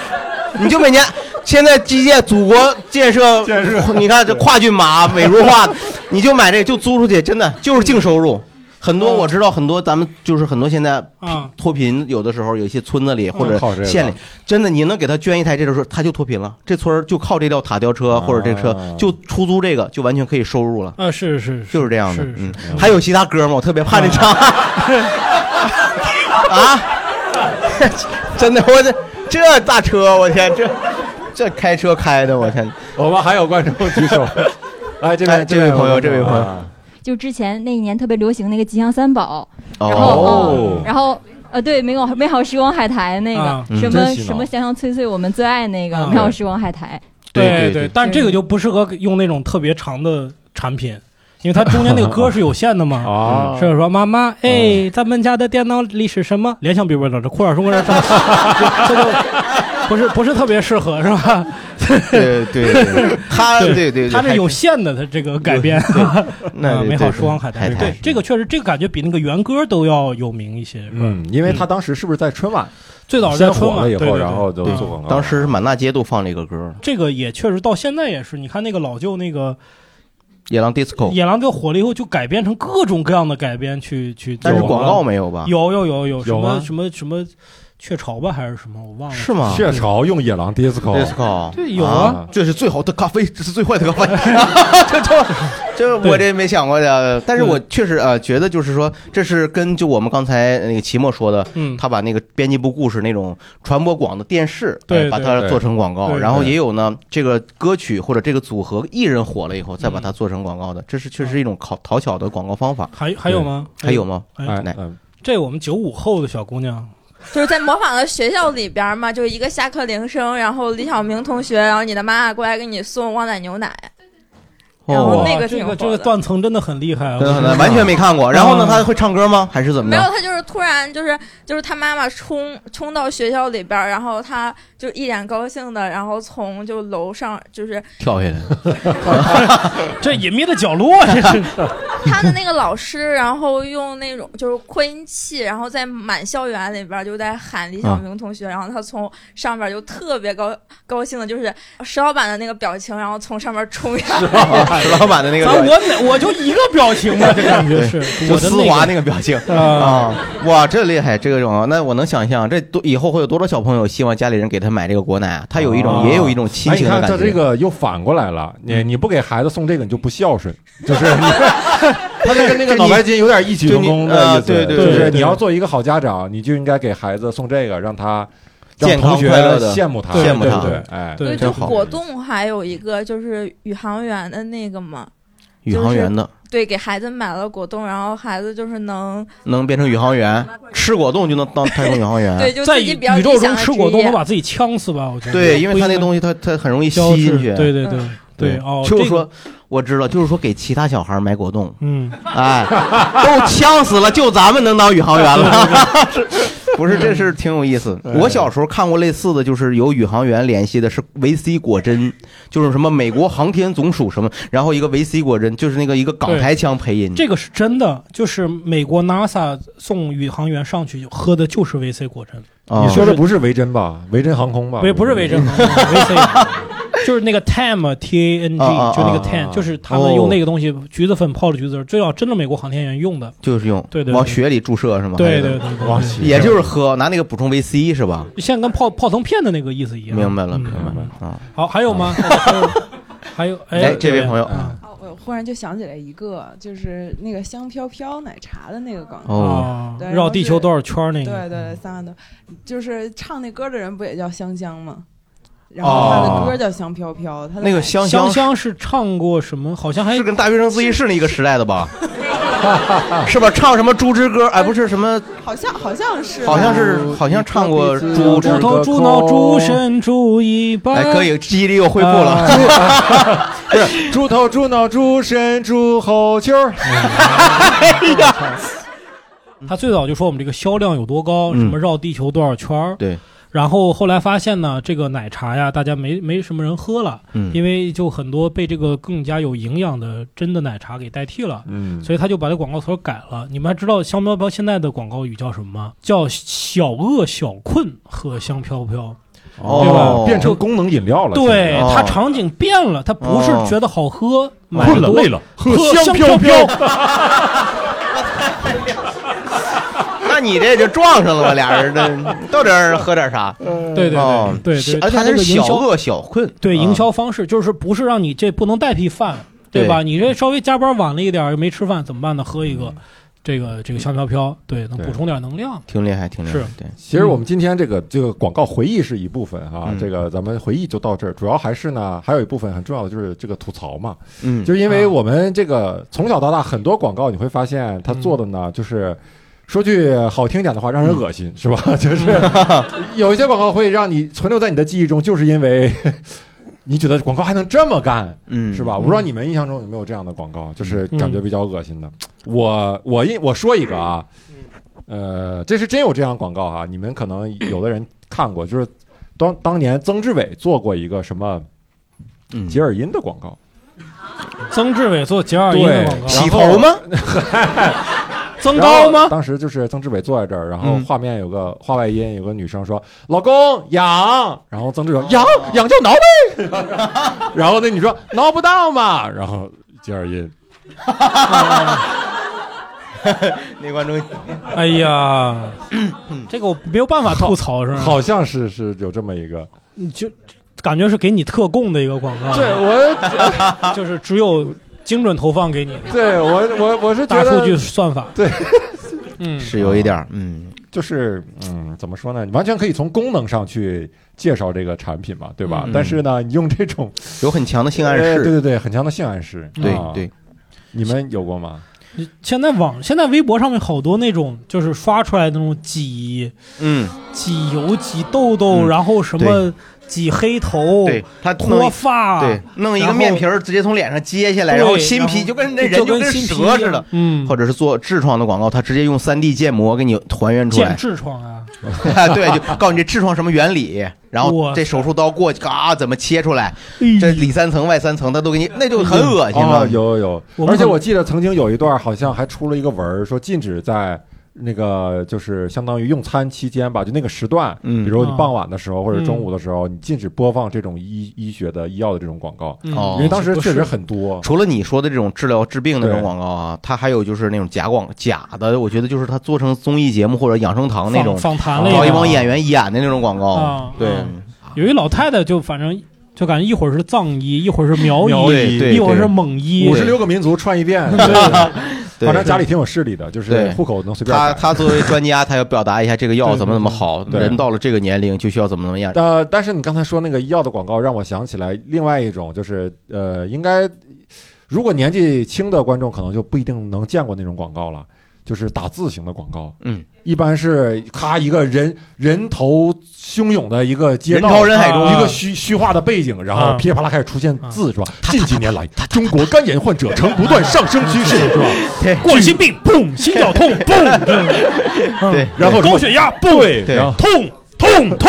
D: 你就每年现在基建祖国建设，
A: 建设
D: 你看这跨骏马、美如画，你就买这个就租出去，真的就是净收入。很
A: 嗯
D: 多我知道，很多咱们就是很多现在
B: 啊，
D: 脱贫，有的时候有一些村子里或者
A: 嗯靠这个
D: 县里，真的你能给他捐一台这种车，他就脱贫了。这村儿就靠这辆塔吊车或者这车
A: 啊，
D: 就出租这个就完全可以收入了。
B: 啊，是是
D: 就是这样的
B: 是。是
D: 嗯，还有其他歌吗？我特别怕那唱。啊，真的，我这这大车，我天，这这开车开的，我天，
A: 我们还有观众举 手，来这
D: 哎
A: 边
D: 这位朋友这位朋友
A: 啊
G: 就之前那一年特别流行那个吉祥三宝，然后
A: 哦
G: 嗯然后呃对，美好美好时光海苔那个、
B: 啊
D: 嗯
G: 什
A: 真
G: 么
A: 洗脑
G: 什么香香脆脆我们最爱那个、
B: 啊
G: 美好时光海苔，
D: 对
B: 对，但这个就不适合用那种特别长的产品，因为它中间那个歌是有限的
D: 嗯哦
B: 嘛。
A: 啊
B: 是说妈妈，哎，咱们家的电脑里是什么？联想笔记本，这扩展中国人这 这就不是不是特别适合，是吧？
D: 对对对，他对对对，
B: 它
D: 还
B: 是有限的，它这个改编。
D: 那
B: 啊
D: 对
B: 美
D: 对
B: 好时光海
D: 海
B: 苔，
D: 苔
B: 对这个确实，这个感觉比那个原歌都要有名一些。是吧
A: 嗯，因为他当时是不是在春晚
B: 最早是在
A: 先
B: 春
A: 火
B: 晚
A: 了以
B: 对对
A: 后，
B: 对
A: 然后就
B: 对
A: 做广告？
D: 当时是满大街都放这个歌，
B: 这个也确实到现在也是，你看那个老旧那个
D: 《野狼 DISCO》，
B: 野狼哥火了以后，就改编成各种各样的改编去去做
D: 但
B: 了。
D: 是广告没有吧？
B: 有有有有什
A: 有吗
B: 么什么什么雀巢吧啊还是什么，我忘了。
D: 是吗
A: 雀巢用野狼 disco，
D: ？disco，
B: 对，有啊，
D: 这是最好的咖啡，这是最坏的咖啡。 这这这我这没想过的，但是我确实呃觉得就是说，这是跟就我们刚才那个齐墨说的，
B: 嗯，
D: 他把那个编辑部故事那种传播广的电视，
B: 对
D: 哎把
B: 对
D: 它
A: 对
D: 做成广告，
B: 对
D: 然后
A: 对
D: 也有呢这个歌曲或者这个组合艺人火了以后，再把它
B: 嗯
D: 做成广告的，这是确实一种讨讨巧的广告方法。
B: 还还有吗？
D: 还有吗？
B: 哎，
A: 哎
D: 哎，
A: 嗯
B: 这我们九五后的小姑娘，
H: 就是在模仿的学校里边儿嘛，就是一个下课铃声，然后李小明同学，然后你的妈妈过来给你送旺仔牛奶，然后
D: 哦，
H: 那个
B: 这
H: 挺
B: 个
H: 火
B: 这个
H: 的。
B: 断层真的很厉害啊，
D: 真的完全没看
B: 嗯
D: 过。然后呢，他会唱歌吗？还
A: 嗯
D: 是怎么
H: 没有，
D: 着？
H: 他就是突然就是就是他妈妈冲冲到学校里边儿，然后他就一脸高兴的，然后从就楼上就是
D: 跳下来。
B: 这隐秘的角落，这是
H: 他的那个老师，然后用那种就是扩音器，然后在满校园里边儿就在喊李小明同学，然后他从上边儿就特别高高兴的，就是石老板的那个表情，然后从上面冲下来。
D: 石老板的 那个
B: 咱
D: 表情
B: 我哪我就一个表情嘛，这感觉是
D: 就
B: 我的
D: 丝滑那个表情。
B: 那啊，
D: 啊，哇，这厉害，这个种，那我能想象，这多以后会有多少小朋友希望家里人给他买这个国奶啊？他有一种，
A: 哦
D: 也有一种亲
A: 哎，你
D: 情的
A: 看
D: 感觉。嗯
A: 这这个又反过来了，你你不给孩子送这个，你就不孝顺，就是你 他这跟那个脑白金有点异曲同工的意思，
D: 就你呃对对
A: 就
B: 对
A: 是
B: 对
A: 你要做一个好家长，你就应该给孩子送这个，让他让
D: 健康
A: 同学
D: 快乐的
A: 羡慕他，
D: 羡慕他
A: 对，对哎，
B: 对
H: 对，
D: 真
H: 就
D: 好
H: 果冻还有一个就是宇航员的那个嘛，
D: 宇航员的
H: 对，给孩子买了果冻，然后孩子就是能
D: 能变成宇航员，吃果冻就能当太空宇航员。
H: 对，就
B: 啊在
H: 自己
B: 宇
H: 比较
B: 宇宙
H: 理想
B: 中
H: 的
B: 吃
H: 职
B: 果冻
H: 业
B: 能把自己呛死吧？我觉得
D: 对，因为他那
B: 西
D: 东西，它它很容易吸
B: 消
D: 进
B: 失
D: 去。
B: 对对对
D: 对
B: 对哦，
D: 就
B: 这
D: 是
B: 个
D: 说，嗯我知道，就是说给其他小孩买果冻，
B: 嗯，
D: 哎，都呛死了，就咱们能当宇航员了，是 不是？这是挺有意思。我小时候看过类似的就是有宇航员联系的，是维 C 果针，就是什么美国航天总署什么，然后一个维 C 果针，就是那个一个港台腔配音。
B: 这个是真的，就是美国 NASA 送宇航员上去喝的就是 VC 果汁，
D: 啊
A: 你说的不是维珍吧？维珍航空吧？嗯
B: 不是不是维
D: 嗯
B: 珍航空，VC 就是那个 TAM T A N G，
D: 啊啊啊
B: 就那个
A: 啊
B: TAM，就是他们用那个东西，橘子粉泡的橘子，这要真的美国航天员用的，
D: 就是用
B: 对对对
D: 往血里注射是吗？
B: 对对对，
A: 哇
B: 对，
A: 塞
D: 也就是喝，拿那个补充维 C 是吧？
B: 像跟泡泡腾片的那个意思一样。
D: 明白了，
B: 嗯
D: 明白了啊！
B: 好，还 有吗？还有哎
D: 哎，，这位朋友，
B: 啊
I: 哦，我忽然就想起来一个，就是那个香飘飘奶茶的那个广告。
D: 哦，
B: 啊
I: 对
B: 绕地球多少圈儿那
I: 对
B: 个？
I: 对
B: 嗯
I: 对，三个都，就是唱那歌的人不也叫香香吗？然后他的歌叫香飘飘，他的
D: 哦那个
I: 奶
D: 香
B: 嗯香
D: 香
B: 香是唱过什么？好像还
D: 是跟大学生自习室那一个时代 的吧？是吧？唱什么猪之歌？哎，不是什么，
B: 嗯
I: 好像好像是
D: 好像是好像唱过猪之
B: 猪
D: 歌。
B: 头猪脑猪身猪尾巴。
D: 哎，可以，记忆力又恢复了。
B: 嗯
A: 猪头猪脑猪身猪后丘，
B: 他最早就说我们这个销量有多高，
D: 嗯
B: 什么绕地球多少圈儿。
D: 对。
B: 然后后来发现呢，这个奶茶呀，大家没没什么人喝了，
D: 嗯
B: 因为就很多被这个更加有营养的真的奶茶给代替了，
A: 嗯，
B: 所以他就把这广告词儿改了。你们还知道香飘飘现在的广告语叫什么吗？叫小饿小困喝香飘飘。
D: 哦，
A: 变成功能饮料了，
B: 对，
D: 哦
B: 它场景变了，它不是
D: 哦
B: 觉得好喝，买
A: 困
B: 得
A: 了
B: 多
A: 累了，
B: 喝
A: 香
B: 香飘
A: 飘
B: 飘。
D: 那你这就撞上了吧？俩人这到底儿喝点啥？
B: 对对
D: 哦
B: 对对对，
D: 而且
B: 它
D: 还
B: 这
D: 是嗯
B: 个营
D: 小
B: 销
D: 饿小困。
B: 对
D: 啊
B: 营销方式，就是不是让你这不能代替饭，对吧？你这稍微加班晚了一点儿没吃饭怎么办呢？喝一
D: 嗯
B: 个，这个这个香飘飘，对，能
A: 对
B: 补充点能量。
D: 挺厉害，挺厉害
B: 是。
D: 对，
A: 其实我们今天这个这个广告回忆是一部分哈、
D: 嗯
A: 这个咱们回忆就到这儿，主要还是呢，还有一部分很重要的就是这个吐槽嘛，
D: 嗯，
A: 就是因为我们这个从小到大很多广告你会发现他做的
D: 嗯
A: 呢就是。说句好听点的话，让人恶心、是 吧？就是有一些广告会让你存留在你的记忆中，就是因为 你觉得广告还能这么干，
D: 嗯，
A: 是吧？我不知道你们印象中有没有这样的广告，就是感觉比较恶心的。我我一我说一个啊，
D: 嗯
A: 呃，这是真有这样广告啊，你们可能有的人看过，就是当当年曾志伟做过一个什么
D: 嗯？
A: 洁尔阴的广告，
B: 曾志伟做洁尔阴的
A: 对
B: 广告，
D: 洗头吗？
B: 增
A: 然后
B: 高
D: 嗯
B: 吗？
A: 当时就是曾志伟坐在这儿，然后
B: 嗯
A: 画面有个画外音，有个女生说：“老公痒。”然后曾志伟
B: 哦
A: 说痒痒就挠呗。 然后那女说挠不到嘛，然后接着音。
D: 那观众，
B: 哎呀，
D: 嗯
B: 这个我没有办法吐槽是吧？
A: 好像是是有这么一个，
B: 你就感觉是给你特供的一个广告，
A: 对我
B: 就是只有精准投放给你的，
A: 对我我我是觉
B: 大
A: 得
B: 数据算法，
A: 对，
B: 嗯，
D: 是有一点儿，嗯，
A: 就是嗯，怎么说呢？你完全可以从功能上去介绍这个产品嘛，对吧？
D: 嗯
A: 但是呢，你用这种
D: 有很强的性
B: 哎
D: 暗
A: 呃对
D: 示，
A: 对对，很强的性暗示，
D: 对
A: 啊
D: 对，
A: 你们有过吗？
B: 你现在网现在微博上面好多那种就是刷出来的那种挤
D: 嗯，
B: 挤油挤痘痘，
D: 嗯
B: 然后什么挤黑头、
D: 对他
B: 哦
D: 弄
B: 脱
D: 一
B: 发，
D: 对，弄一个
B: 然后
D: 面皮儿直接从脸上揭下来，
B: 对
D: 然后新
B: 然
D: 皮
B: 后
D: 就跟那人
B: 就
D: 就
B: 跟
D: 跟
B: 新皮
D: 蛇
B: 一
D: 似
B: 样
D: 的，
B: 嗯，
D: 或者是做痔疮的广告，他直接用 3D 建模给你还原出
B: 见
D: 来，哎
B: 痔疮啊，
D: 对，就告诉你这痔疮什么原理，然后
B: 哇
D: 这手术刀过去，嘎怎么切出来，
B: 哎
D: 这里三层外三层，他都给你，那就很恶心
A: 哦
D: 啊
B: 啊
D: 了。，
A: 有有有，
B: 我们
A: 而且
B: 很
A: 我记得曾经有一段好像还出了一个文儿，说禁止在那个就是相当于用餐期间吧，就那个时段，
D: 嗯
A: 比如你
B: 啊
A: 傍晚的时候或者
B: 嗯
A: 中午的时候，你禁止播放这种医医学的医药的这种广告，
B: 嗯
D: 哦
A: 因为当时
B: 不
A: 确
B: 是
A: 实很多。
D: 除了你说的这种治疗治病的这种
A: 对
D: 广告啊，它还有就是那种假广假的，我觉得就是它做成综艺节目或者养生堂那种，
B: 访访谈类
D: 找
B: 的
D: 一帮演员演的那种广告。
B: 啊，
D: 对
B: 啊有一老太太就反正就感觉一会儿是藏医，一会儿 是苗
D: 苗医
B: 医，
D: 对
B: 一会儿
D: 对
B: 是蒙医，
A: 五十六个民族串一 遍，
D: 对，
A: 反正家里挺有势力的，就是
D: 对
A: 户口能随便
D: 他
A: 改。
D: 他作为专家，他要表达一下这个药
B: 对
D: 怎么怎么好，
A: 对
D: 人到了这个年龄就需要怎么怎么样。
A: 呃，但是你刚才说那个医药的广告，让我想起来另外一种，就是呃，应该如果年纪轻的观众可能就不一定能见过那种广告了，就是打字型的广告，
D: 嗯，
A: 一般是咔一个人人头汹涌的一个街
D: 人
A: 道，
D: 潮人海中
B: 啊
A: 一个虚虚化的背景，然后
B: 啊
A: 噼里啪啦开始出现字，是吧？近几年来，中国肝炎患者呈不断上升趋 势，是吧？
B: 冠心病，砰，心绞 痛，砰，对
D: 对，
A: 然后如果
B: 高血压，砰，
D: 对
A: 然后
B: 痛痛痛，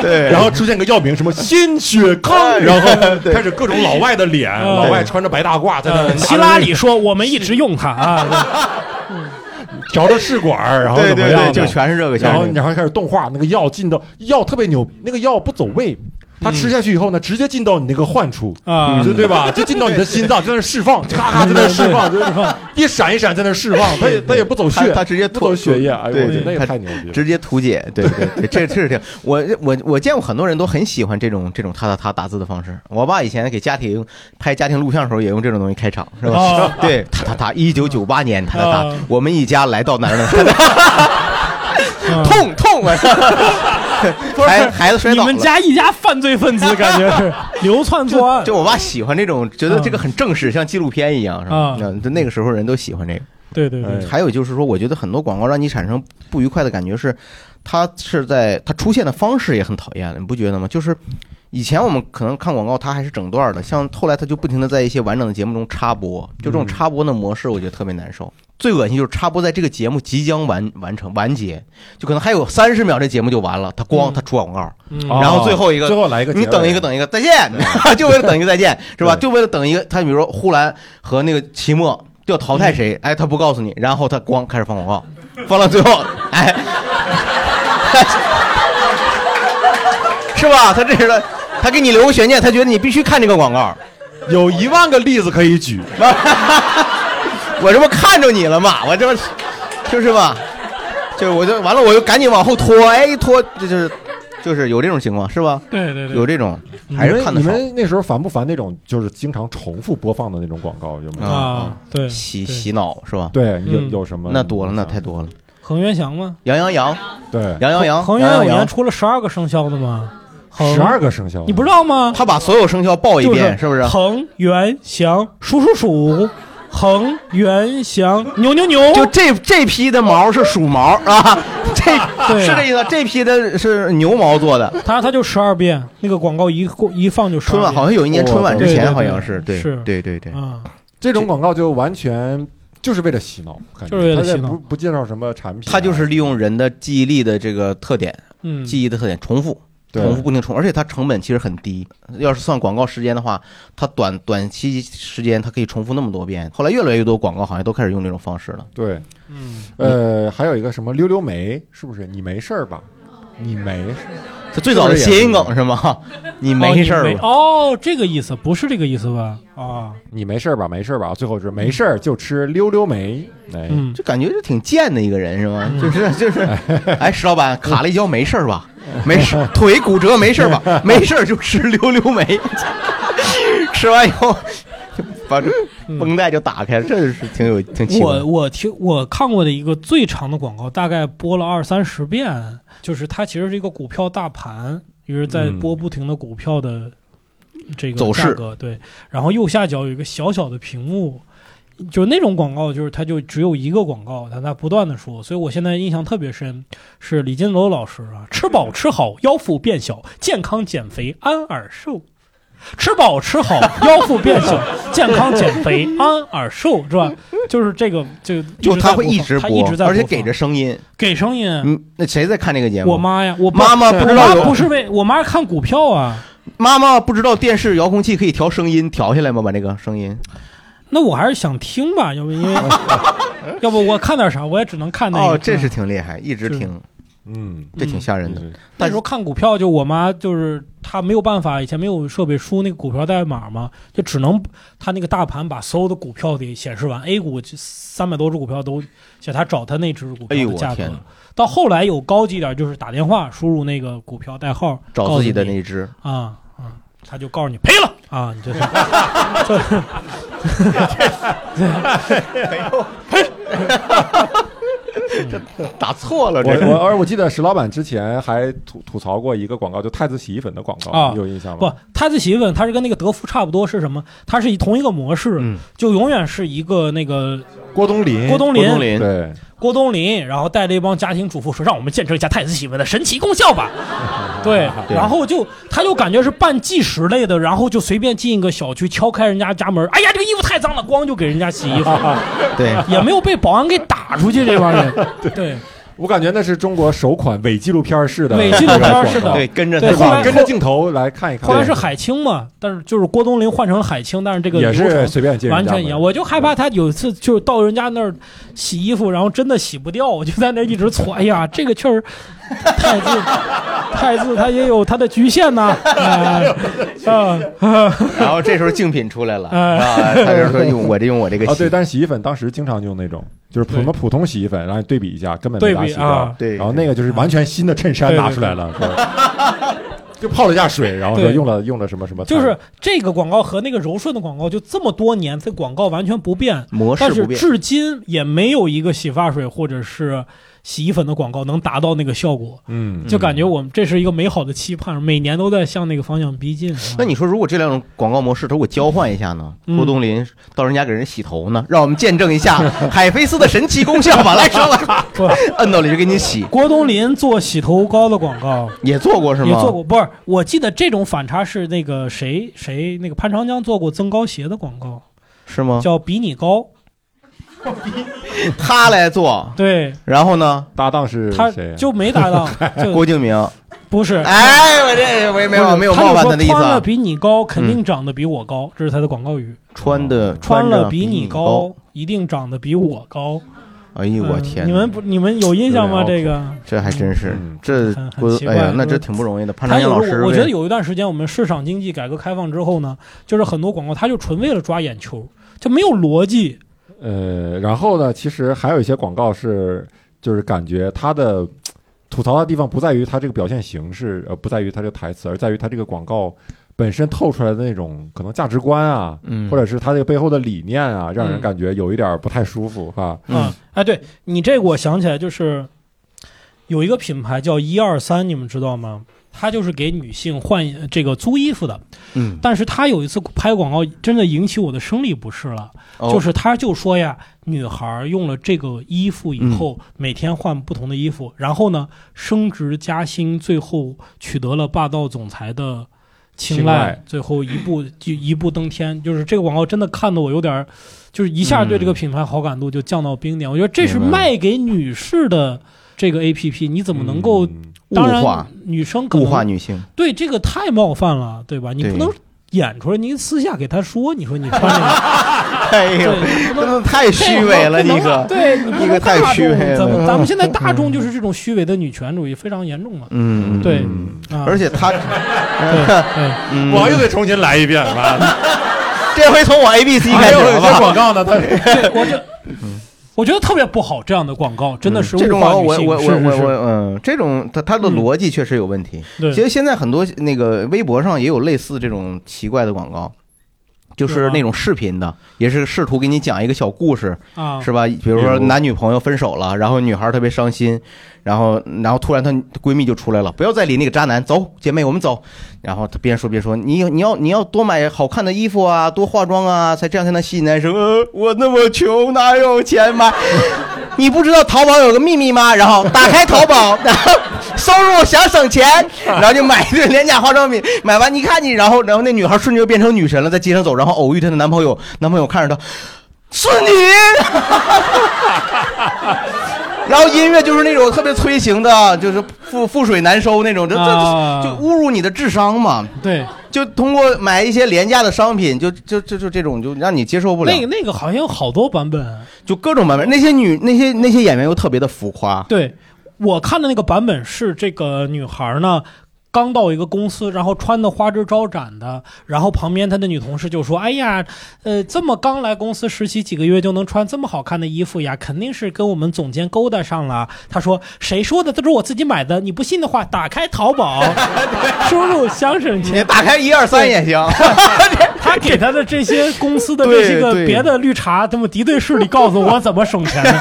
D: 对哎
A: 然后出现个药名什么新血康，然后开始各种老外的脸，老外穿着白大褂在那
D: 哎
B: 呃，
A: 拿着
B: 希拉里说我们一直用它 啊，
A: 调着试管，然后
D: 对
A: 怎么
D: 对
A: 样
D: 对，
A: 的
D: 就全是这个，全
A: 然后
D: 是这个。
A: 然后开始动画，那个药进到药特别牛，那个药不走位。它吃下去以后呢，直接进到你那个患处
D: 嗯
B: 啊
A: 对对吧？就进到你的心脏，在那释放，咔 咔在那释放，就是一闪一闪在那释放，它也它也不走
D: 他
A: 血，
D: 他直接
A: 不
D: 吐
A: 走血液，哎呦，
D: 对
A: 我觉得那也
D: 他
A: 太牛逼了。
D: 直接图解，对对对，这这是这样。我我我见过很多人都很喜欢这种这种他他他打字的方式。我爸以前给家庭拍家庭录像的时候也用这种东西开场，是吧？
B: 哦
D: 对，他他他，一九九八年，他他他，
B: 哦
D: 我们一家来到哪 儿哪儿哪儿， 痛痛啊！孩孩子摔
B: 你
D: 倒
B: 们
D: 了。
B: 家一家犯罪分子，感觉是 流窜作案
D: 就，我爸喜欢这种，觉得这
A: 嗯
D: 个很正式，像纪录片一样，是吧
B: 啊？
D: 嗯就那个时候人都喜欢这个。
B: 对对对
A: 哎，
D: 还有就是说，我觉得很多广告让你产生不愉快的感觉是，它是在它出现的方式也很讨厌，你不觉得吗？就是以前我们可能看广告，它还是整段的，像后来它就不停的在一些完整的节目中插播，就这种插播的模式，我觉得特别难受。最恶心就是插播在这个节目即将完完成完结，就可能还有三十秒，这节目就完了，它咣
B: 嗯
D: 它出广告，
B: 嗯
A: 哦
D: 然后最后一个
A: 最后来一个结尾，
D: 你等一个，等一个，再见， 就为了等一个 再见，是吧？
A: 对
D: 就为了等一个，他比如说呼兰和那个齐墨要淘汰
A: 嗯
D: 谁，哎，他不告诉你，然后他光开始放广告，放到最后，哎，是吧？他这是他他给你留个悬念，他觉得你必须看这个广告，
A: 有一万个例子可以举，
D: 我这不看着你了吗？我这不是就是吧？就是我就完了，我就赶紧往后拖，哎，一拖这就是就是有这种情况是吧？
B: 对对对，
D: 有这种还是看
A: 你
D: 得少
A: 们。你们那时候烦不烦那种就是经常重复播放的那种广告？有没有？
B: 啊，对，
D: 洗
B: 对
D: 洗脑是吧？
A: 对，有
B: 嗯
A: 有什么？
D: 那多了，那太多了。
B: 恒源祥吗？
D: 杨阳洋，
A: 对，
D: 杨阳洋，
B: 恒
D: 杨
B: 源
D: 阳
B: 有年
D: 洋，
B: 出了十二个生肖的吗？恒
A: 十二个生肖，
B: 你不知道吗？
D: 他把所有生肖报一遍，是不是？
B: 恒源祥数数数，恒源祥牛牛牛，
D: 就这这批的毛是鼠毛啊， 这
B: 对嗯
D: 是这意思。这批的是牛毛做的。
B: 他他就十二遍，那个广告一过一放就12
D: 春晚好
B: 遍
D: 像有一年
A: 哦
D: 春晚之
B: 对
D: 前
B: 对
D: 好像是对
B: 对是
D: 对对对，
B: 啊，
A: 这种广告就完全就是为了洗脑，我感觉
B: 就是为了洗脑
A: 它在不不介绍什么产品啊，
D: 他就是利用人的记忆力的这个特点，
B: 嗯，
D: 记忆的特点重复。
A: 对
D: 重复不停重复，而且它成本其实很低。要是算广告时间的话，它短短期时间它可以重复那么多遍。后来越来越多广告好像都开始用这种方式了。
A: 对，
B: 嗯
A: 呃，还有一个什么溜溜梅，是不是？你没事儿吧？你没事，
D: 这最早的谐音梗 是吗？你没事
B: 哦
D: 儿
B: 你没
D: 吧？
B: 哦，这个意思不是这个意思吧？啊，
A: 你没事儿吧？没事儿吧？最后是没事儿就吃溜溜梅，哎，
B: 嗯，
D: 就感觉就挺贱的一个人是吗？ 就是就是，哎，石老板卡了一跤没事儿吧？没事， 腿骨折没事儿吧？没事儿就吃溜溜梅， 吃完以后就把这绷带就打开了，这是挺有挺奇怪
B: 嗯我。我听我看过的一个最长的广告，大概播了二三十遍，就是它其实是一个股票大盘，于是在
A: 嗯
B: 播不停的股票的这个
D: 走势
B: 价格，对，然后右下角有一个小小的屏幕。就是那种广告，就是它就只有一个广告，但它不断的说，所以我现在印象特别深，是李金楼老师啊，吃饱吃好，腰腹变小，健康减肥安而瘦。吃饱吃好，腰腹变小，健康减肥，安而瘦，是吧？就是这个，就
D: 就
B: 他
D: 他会
B: 一
D: 一直
B: 他
D: 播，
B: 直在播放，
D: 而且给着声音。
B: 给声音。
D: 嗯，那谁在看这个节目？
B: 我妈呀，我不
D: 妈妈不知道
B: 我
D: 有
B: 妈不是为我妈看股票啊，
D: 妈妈不知道电视遥控器可以调声音，调下来吗？把这个声音
B: 那我还是想听吧，要不因为 要不我看点啥，我也只能看啊那个。嗯
D: 哦，这是挺厉害，一直
B: 是
D: 听，
A: 嗯，
D: 这挺吓人的。
B: 那时候看股票，就我妈就是她没有办法，以前没有设备输那个股票代码嘛，就只能她那个大盘把所有的股票得显示完，A 股三百多只股票都写，她找她那只股
D: 哎
B: 票
D: 呦
B: 的
D: 我
B: 价格
D: 天哪。
B: 到后来有高级一点，就是打电话输入那个股票代号，
D: 找
B: 告诉
D: 自己的
B: 你
D: 那只，
B: 啊啊，他就告诉你赔了啊， 你这是这
D: 打错了，
A: 我
D: 这
A: 我而我记得石老板之前还吐吐槽过一个广告，就太子洗衣粉的广告，
B: 啊
A: 你有印象
B: 不
A: 吗？，
B: 太子洗衣粉它是跟那个德芙差不多，是什么？它是以同一个模式，
D: 嗯
B: 就永远是一个那个
A: 郭冬临，
B: 郭冬
D: 郭
B: 临，
D: 冬 临
A: 对，
B: 郭冬临，然后带着一帮家庭主妇说：“让我们见证一下太子洗文的神奇功效吧。”对，
D: 对
B: 然后就他就感觉是办计时类的，然后就随便进一个小区敲开人家家门，哎呀，这个衣服太脏了，光就给人家洗衣服，
A: 啊
D: 对，
B: 也没有被保安给打出去，这帮人对。
A: 我感觉那是中国首款伪纪录片式的
B: 伪纪录片
A: 式
B: 式的
D: 对，跟着
B: 对
A: 对
D: 他
B: 后
A: 吧？
B: 来
D: 跑，
A: 跟着镜头来看一看，
B: 后来是海清嘛，但是就是郭冬临换成了海清，但是这个
A: 也
B: 流程
A: 是随便进人
B: 完
A: 家门
B: 全一样。我就害怕他有一次就是到人家那儿洗衣服，然后真的洗不掉，我就在那儿一直搓。哎呀，这个确实太子太子他也有他的局限呐、哎啊、
D: 然后这时候竞品出来了，
B: 哎哦
D: 啊，他就说用我这用我这个
A: 啊，对，
D: 洗，
A: 但是洗衣粉当时经常用那种，就是普
B: 对
A: 什么普通洗衣粉，然后对比一下，根本没
B: 对
A: 拉
B: 比
A: 洗掉
B: 啊。
D: 对
A: 然后那个就是完全新的衬衫
B: 对对
A: 拿出来了，说就泡了一下水，然后说
B: 对
A: 用了用了什么什么菜，
B: 就是这个广告和那个柔顺的广告，就这么多年，这广告完全不变，
D: 模式
B: 但是
D: 不变，
B: 至今也没有一个洗发水或者是洗衣粉的广告能达到那个效果。
A: 嗯，
B: 就感觉我们这是一个美好的期盼，每年都在向那个方向逼近。啊是吧
D: 那你说，如果这两种广告模式都给我交换一下呢？
B: 嗯
D: 郭冬临到人家给人洗头呢，让我们见证一下海飞丝的神奇功效吧！来，说吧，
B: 不，
D: 摁到里就给你洗，
B: 郭冬临做洗头膏的广告
D: 也做过是
B: 也
D: 吗？
B: 做过，不是？我记得这种反差是那个谁谁那个潘长江做过增高鞋的广告，
D: 是吗？
B: 叫比你高。
D: 他来做，
B: 对，
D: 然后呢？
A: 搭档是
B: 他
A: 谁啊呀？
B: 就没搭 档，就
D: 啊郭敬明，
B: 不是。
D: 哎，我这我也没
B: 嗯不
D: 有
B: 是
D: 没有
B: 他就
D: 冒犯
B: 说
D: 他的意思
B: 穿了
D: 啊，
B: 比你高，肯定长得比我高，这是他的广告语。
D: 穿的
B: 穿
D: 着
B: 了比
D: 你
B: 你
D: 高，
B: 高，一定长得比我高。
D: 哎呦我
B: 嗯
D: 天哪，啊
B: 你们不，你们有印象吗？
A: 有点
B: 这个
D: 这还真是
A: 嗯
D: 这
B: 很很
D: 郭
B: 奇
D: 哎
B: 怪
D: 呀，那
B: 就是
D: 这挺不容易的。潘
B: 他
D: 长江
B: 有
D: 老
B: 时
D: 师
B: 候
D: 为，
B: 我觉得有一段时间，我们市场经济改革开放之后呢，就是很多广告它就纯为了抓眼球，就没有逻辑。
A: 呃，然后呢，其实还有一些广告是，就是感觉它的吐槽的地方不在于它这个表现形式，呃，不在于它这个台词，而在于它这个广告本身透出来的那种可能价值观啊，
D: 嗯
A: 或者是它这个背后的理念啊，让人
B: 嗯
A: 感觉有一点儿不太舒服哈。
D: 嗯，
B: 哎，对你这个我想起来，就是有一个品牌叫一二三，你们知道吗？它就是给女性换这个租衣服的，
D: 嗯，
B: 但是它有一次拍广告，真的引起我的生理不适了。
D: 哦
B: 就是他就说呀，女孩儿用了这个衣服
D: 嗯
B: 以后，每天换不同的衣服，然后呢升职加薪，最后取得了霸道总裁的青睐，
A: 青睐
B: 最后一步就一步登天。就是这个广告真的看得我有点儿，就是一下对这个品牌好感度就降到冰点。我觉得这是
D: 嗯明白
B: 卖给女士的这个 A P P，你怎么能够？
A: 嗯
D: 哦物
B: 当然
D: 化，
B: 女生可
D: 物化
B: 能
D: 女 性，
B: 对这个太冒犯了，对吧？你
D: 对
B: 不能演出来，您私下给她说，你说你穿这个。
D: 哎呦，真的太虚伪了，你可
B: 对，你
D: 你可太虚伪了。
B: 咱们咱们现在大众就是这种虚伪的女权主义非常严重嘛。
D: 嗯，
B: 对
D: 嗯
B: 啊
D: 而且他，嗯
A: 我又得重新来一遍了。
D: 这回从我 A B C
A: 还
B: 哎
D: 开始
A: 有有
D: 好不好？嗯
A: 广告呢，他
B: 我这我觉得特别不好，这样的广告真的是
D: 嗯这
B: 物
D: 种
B: 化
D: 我
B: 女
D: 我
B: 性。
D: 我我
B: 是
D: 我
B: 是
D: 我
B: 是
D: 嗯，这种它它的逻辑确实有问题。
B: 对
D: 其实现在很多那个微博上也有类似这种奇怪的广告，就是是
B: 吗
D: 那种视频的，也是试图给你讲一个小故事，
B: 啊，
D: 是吧？比如
C: 比
D: 说
C: 如
D: 男女朋友分手了，然后女孩特别伤心，然后然后突然她闺蜜就出来了，不要再理那个渣男，走，姐妹我们走。然后她边说边说，你你要你要多买好看的衣服啊，多化妆啊，才这样才能吸引男生。呃，我那么穷，哪有钱买？你不知道淘宝有个秘密吗？然后打开 淘宝，然后收入想省钱，然后就买一堆廉价化妆品，买完你看你，然后然后那女孩瞬间就变成女神了，在街上走，然后偶遇她的男朋友，男朋友看着她，是你。 然后音乐就是那种特别催情的，就是覆覆水难收那种，这这
B: 啊
D: 就侮辱你的智商嘛！
B: 对，
D: 就通过买一些廉价的商品，就就就就这种，就让你接受不了
B: 那。个那个好像有好多版本。
D: 就各种版本，那些女那些那些演员又特别的浮夸，
B: 对我看的那个版本是这个女孩呢。刚到一个公司，然后穿的花枝招展的，然后旁边她的女同事就说：“哎呀，呃，这么刚来公司实习几个月就能穿这么好看的衣服呀，肯定是跟我们总监勾搭上了。”她说：“谁说的？这是我自己买的，你不信的话，打开淘宝， 输入想省钱
D: 你打开一二三也行。
B: 他给他的这些公司的这些个
D: 对对
B: 别的绿茶，这么敌对势力告诉我怎么省钱 呢？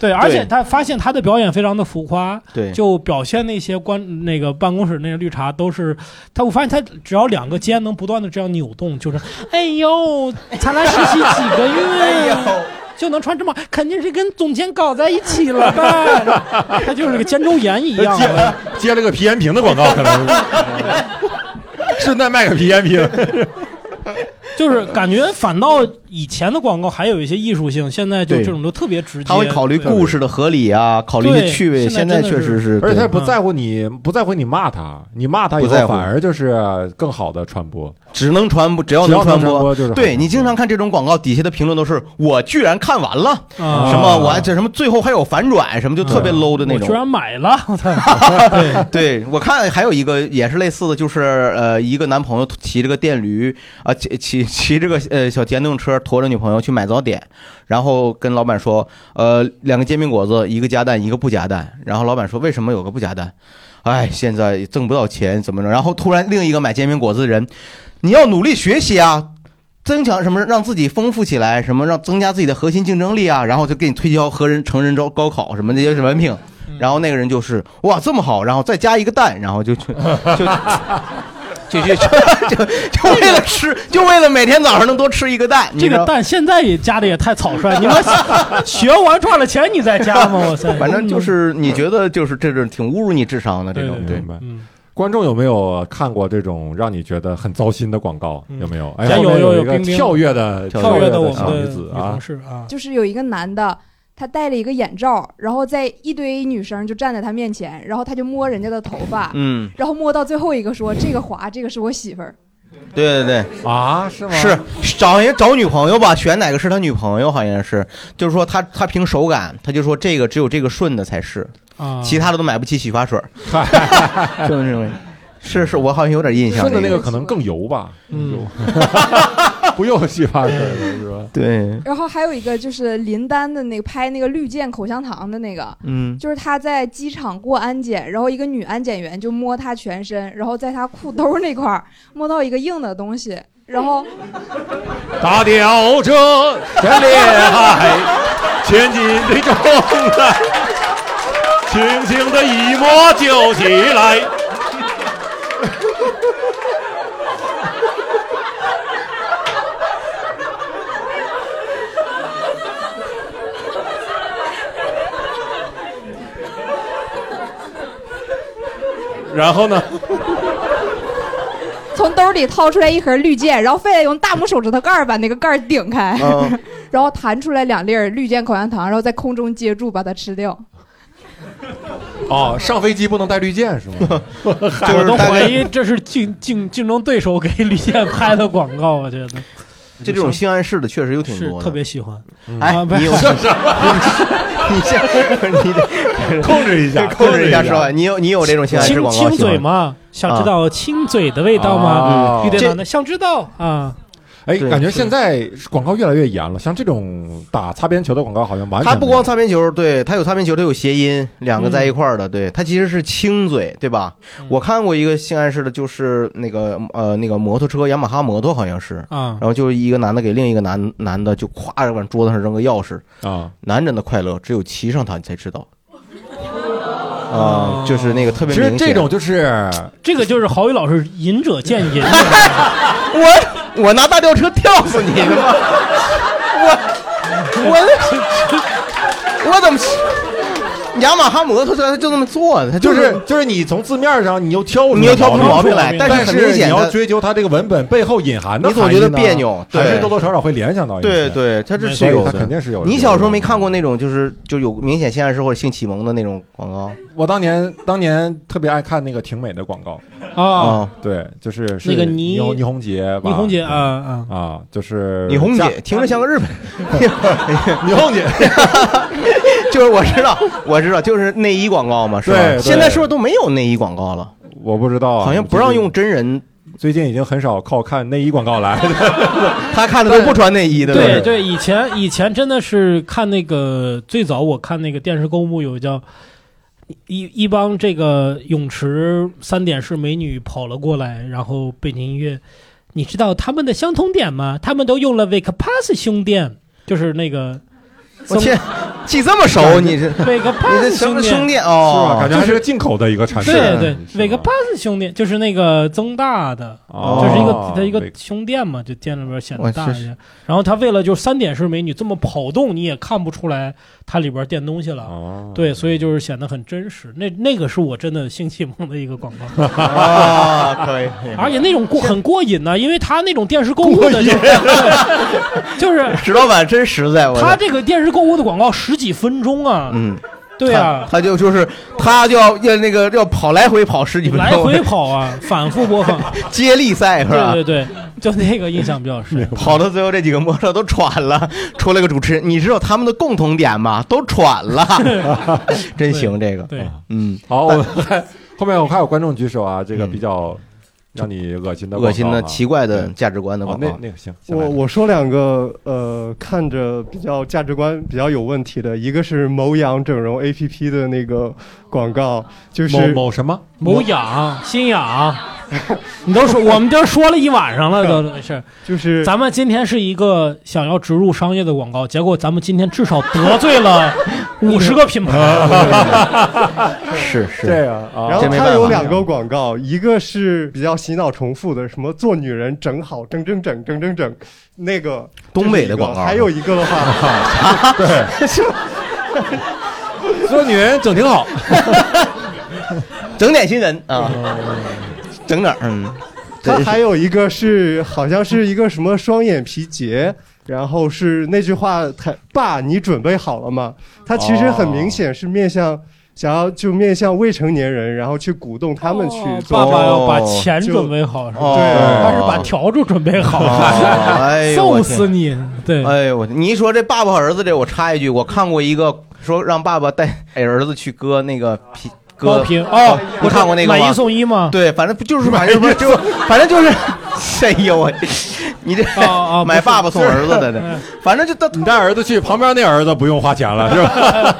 B: 对，而且他发现他的表演非常的浮夸，
D: 对
B: 就表现那些关那个办公室那些绿茶都是他，我发现他只要两个肩能不断的这样扭动，就是哎呦，才来实习几个
D: 哎
B: 月。就能穿这么，肯定是跟总监搞在一起了 吧？他就是个肩周炎一样啊的。
A: 接了个皮炎平的广告，可能是顺带卖个皮炎平。
B: 就是感觉反倒以前的广告还有一些艺术性，现在就
D: 对
B: 这种都特别直接。
D: 他会考虑
B: 对
D: 故事的合理啊，考虑一些趣味。
B: 对
D: 现
B: 现
D: 在
B: 在
D: 确
B: 真的是
D: 实是，
A: 而且他也不
D: 对
A: 在乎你，不在乎你骂他，你骂他以
D: 不
A: 后
D: 在乎
A: 反而就是更好的传播。
D: 只能传播，只要
A: 只
D: 能
A: 要
D: 传
A: 能传播就是好
D: 对你经常看这种广告，底下的评论都是我居然看完了，
B: 啊
D: 什么我还这什么最后还有反转，什么就特别 low 的那
B: 我居
D: 种。
B: 然买了，我操！对
D: 对，我看还有一个也是类似的，就是呃，一个男朋友骑着个电驴啊、骑骑骑这个呃小电动车，驮着女朋友去买早点，然后跟老板说，呃，两个煎饼果子，一个加蛋，一个不加蛋。然后老板说，为什么有个不加蛋？哎，现在挣不到钱，怎么着？然后突然另一个买煎饼果子的人，你要努力学习啊。增强什么让自己丰富起来，什么让增加自己的核心竞争力啊，然后就给你推销和人成人招高考什么那些文凭， 然后那个人就是哇这么好，然后再加一个蛋，然后就就就就就就就就为了吃，就为了每天早上能多吃一个蛋，你
B: 这
D: 知道
B: 个蛋现在也加的也太草 率，你们学完赚了钱你再加吗？我操！
D: 反正就是你觉得就是这种挺侮辱你智商的这种，
B: 对
D: 对
A: 明，白。
B: 嗯，
A: 观众有没有看过这种让你觉得很糟心的广告？
B: 嗯
A: 有没有？哎，
B: 加油
A: 后面
B: 有
A: 有
B: 有
A: 一个
B: 冰冰
A: 跳跃的
D: 跳
B: 跳跃的
A: 的
B: 我
A: 小
B: 们
A: 女
B: 的
A: 子
B: 女
A: 啊
B: 同，事啊，
I: 就是有一个男的，他戴了一个眼罩，然后在一堆女生就站在他面前，然后他就摸人家的头发，
D: 嗯，
I: 然后摸到最后一个说这个滑，这个是我媳妇儿。
D: 对对
A: 啊，是吗？
D: 对，是找人找女朋友吧，选哪个是他女朋友好像是，就是说他他凭手感，他就说这个只有这个顺的才是，
B: 啊，
D: 其他的都买不起洗发水儿， 就是这种，是是，我好像有点印象，
A: 顺着那
D: 这
A: 个可能更油吧，
B: 嗯，
A: 不用洗发水了是吧？
D: 对，
I: 然后还有一个就是林丹的那个拍那个绿箭口香糖的那个，
D: 嗯，
I: 就是他在机场过安检，然后一个女安检员就摸他全身，然后在他裤兜那块儿摸到一个硬的东西，然后
A: 打吊车真厉害，前进的重担，轻轻的一摸就起来。然后呢？
I: 从兜里掏出来一盒绿箭，然后非得用大拇手指头盖儿把那个盖儿顶开，
D: 嗯，
I: 然后弹出来两粒儿绿箭口香糖，然后在空中接住把它吃掉。
A: 哦，上飞机不能带绿箭是吗？
D: 就是
B: 我都
D: 大概
B: 怀疑这是竞竞竞争对手给李现拍的广告，我觉得
D: 这种性暗示的确实有挺
B: 是
D: 多的。
B: 特别喜欢。
D: 哎
B: 啊，不
D: 你有你这你得控 制一下，控制 一下说话。你有你有这种性暗示
B: 亲
D: 广告
B: 亲
D: 习惯
B: 嘴
D: 吗？
B: 嘛，想知道亲嘴的味道
A: 啊
B: 吗？
A: 嗯
B: 玉
D: 这
B: 电男的想知道啊，
A: 哎，
D: 对
A: 感觉
D: 是
A: 现在广告越来越严了，像这种打擦边球的广告好像完全
D: 它不
A: 没有
D: 光擦边球，对，它有擦边球，它有谐音，两个在一块儿的，对，它其实是亲嘴，对吧？我看过一个性暗示的，就是那个呃那个摩托车，雅马哈摩托好像是，
B: 啊
D: 然，后就是一个男的给另一个男男的就咵着往桌子上扔个钥匙，
A: 啊，
D: 男人的快乐只有骑上它你才知道。啊、就是那个特别
A: 其
D: 明
A: 实
D: 显。
A: 这种就是
B: 这个就是郝宇老师隐者见隐，
D: 我我拿大吊车吊死你他妈！我我我怎么雅马哈摩托车它就那么做的？它
A: 就是是就是你从字面上你又挑不出
D: 你又挑不出毛
A: 毛
D: 病来，
A: 但
D: 但是很明
A: 你
D: 显它
A: 要追究它这个文本背后隐含的
D: 你
A: 含义呢，
D: 总觉得别扭
A: 还
D: 对
A: 是多多少少会联想到一些。
D: 对对，它这是
A: 所以
D: 有
A: 它
D: 的，
A: 肯定是有。
D: 你小时候没看过？那种就是就有明显性暗示或者性启蒙的那种广告
A: 我当年当年特别爱看那个挺美的广告，
B: 啊，
D: 啊？
A: 对，就是是
B: 那个倪
A: 倪虹倪虹洁吧，
B: 倪虹姐啊
A: 啊
B: 啊，
A: 啊，就是
D: 李红
A: 嫁
D: 姐听着像 个日本，
A: 倪虹姐，
D: 就是我知道我知道，就是内衣广告嘛，是吧？
A: 对对
D: 现在是不是都没有内衣广告了？
A: 我不知道啊，
D: 好像不让用真人，
A: 最近，最近已经很少靠看内衣广告来的。
D: 他看的都不穿内衣的，
B: 对对，以前以前真的是看那个最早我看那个电视购物有叫一一帮这个泳池三点式美女跑了过来，然后背景音乐，你知道他们的相通点吗？他们都用了 Vacpass 胸垫，就是那个
D: 我天，记这么熟，你这你这
B: ，Vacpass
D: 什
B: 胸
D: 么
B: 垫
D: 兄。弟
A: 是吧？
D: 哦
A: 感？觉还是个进口的一个产品。
B: 对对
A: 啊是吧
B: ，Vacpass 胸垫就是那个增大的，
A: 哦
B: 就是一个它一个
A: Vac-
B: 胸垫嘛，就垫里边显
D: 我
B: 得大一
D: 哦是
B: 些。然后它为了就三点式美女这么跑动，你也看不出来它里边垫东西了。
A: 哦，
B: 啊对，所以就是显得很真实。那那个是我真的性启蒙的一个广 告，
D: 啊，可以，可以
B: 而且那种过很过瘾呢、因为他那种电视购物的就是 就是
D: 石老板真实在，我
B: 他这个电视购物的广告十几分钟啊，
D: 嗯，
B: 对
D: 他
B: 啊，
D: 他就就是他就要要那个要跑来回跑十几分
B: 来
D: 钟，
B: 回跑啊，反复播放，
D: 接力赛 是吧
B: 对对？对，就那个印象比较深。
D: 跑到最后这几个模特都喘了， 出来个主持人，你知道他们的共同点吗？都喘 了， 真行这个，
B: 对，
D: 嗯，
A: 好，我们还 后面我还有观众举手啊，这个比较让你恶心的广告啊、
D: 恶心的、奇怪的价值观的
A: 哦，
D: 广
A: 那
D: 告，
A: 那个行，下
J: 我
A: 面
J: 我说两个呃，看着比较价值观比较有问题的，一个是某养整容 APP 的那个广告，就是
A: 某某什么
B: 某痒、心痒，你都说，我们都说了一晚上了，都是。
J: 就是
B: 咱们今天是一个想要植入商业的广告，结果咱们今天至少得罪 了五十个品
D: 啊
B: 牌。
D: 是是，
A: 这个啊？
J: 然
D: 这
J: 后
D: 没
J: 它
D: 办
J: 有
D: 法
J: 两个广告，一个是比较洗脑重复的，什么做女人整好整整整整整整，那个
D: 东北
J: 这是
D: 的
J: 一个
D: 广告啊
J: 还有一个的 话，
A: 做女人整挺好，
D: 整点新人啊，
B: 嗯
D: 整点儿嗯，
J: 它
D: 真是
J: 还有一个是好像是一个什么双眼皮结，然后是那句话，他爸你准备好了吗？它其实很明显是面向想要就面向未成年人，然后去鼓动他们去
B: 爸
J: 做。
B: 爸要把钱准备好，是吧？
D: 哦
B: 他是把笤帚准备 好，
D: 哦哎呦我
B: 揍
D: 天
B: 死你！对，
D: 哎呦，我你一说这爸爸和儿子这，我插一句，我看过一个说让爸爸带儿子去割那个皮
B: 高
D: 割，
B: 频哦，
D: 你看过那个
B: 买
D: 吗
B: 一送一吗？
D: 对，反正不 就是反正不是就 反正就是，哎呦我，你这
B: 哦哦不
D: 买
B: 是
D: 爸爸送儿子的
B: 嗯
D: 这，反正就特
A: 你带儿子去，旁边那儿子不用花钱了，是吧？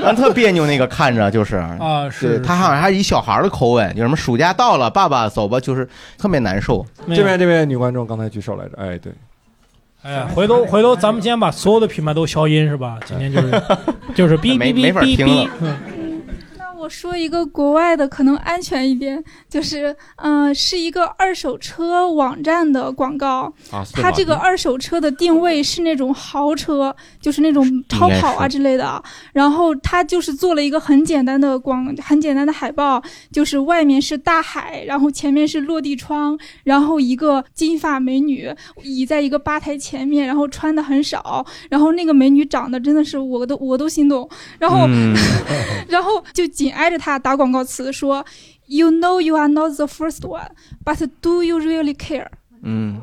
D: 反正特别扭那个看着就是啊
B: 啊，是
D: 他好像还以小孩的口吻，就什么暑假到了，爸爸走吧，就是特别难受。
B: 没有
A: 这边这位女观众刚才举手来着，哎，对，
B: 哎呀，回头回头咱们今天把所有的品牌都消音是吧？今天就是 就是哔
D: 没
B: 哔
D: 没
B: 哔
D: 法
B: 哔
D: 听
B: 哔
D: 了，
B: 嗯
G: 那我说一个国外的，可能安全一点，就是，嗯、是一个二手车网站的广告。
A: 啊，
G: 它这个二手车的定位是那种豪车，就是那种超跑啊之类的。然后它就是做了一个很简单的广，很简单的海报，就是外面是大海，然后前面是落地窗，然后一个金发美女倚在一个吧台前面，然后穿的很少，然后那个美女长得真的是我都我都心动。然后、
D: 嗯，
G: 然后就紧挨着他打广告词说，You know you are not the first one, but do you really care？
D: 嗯，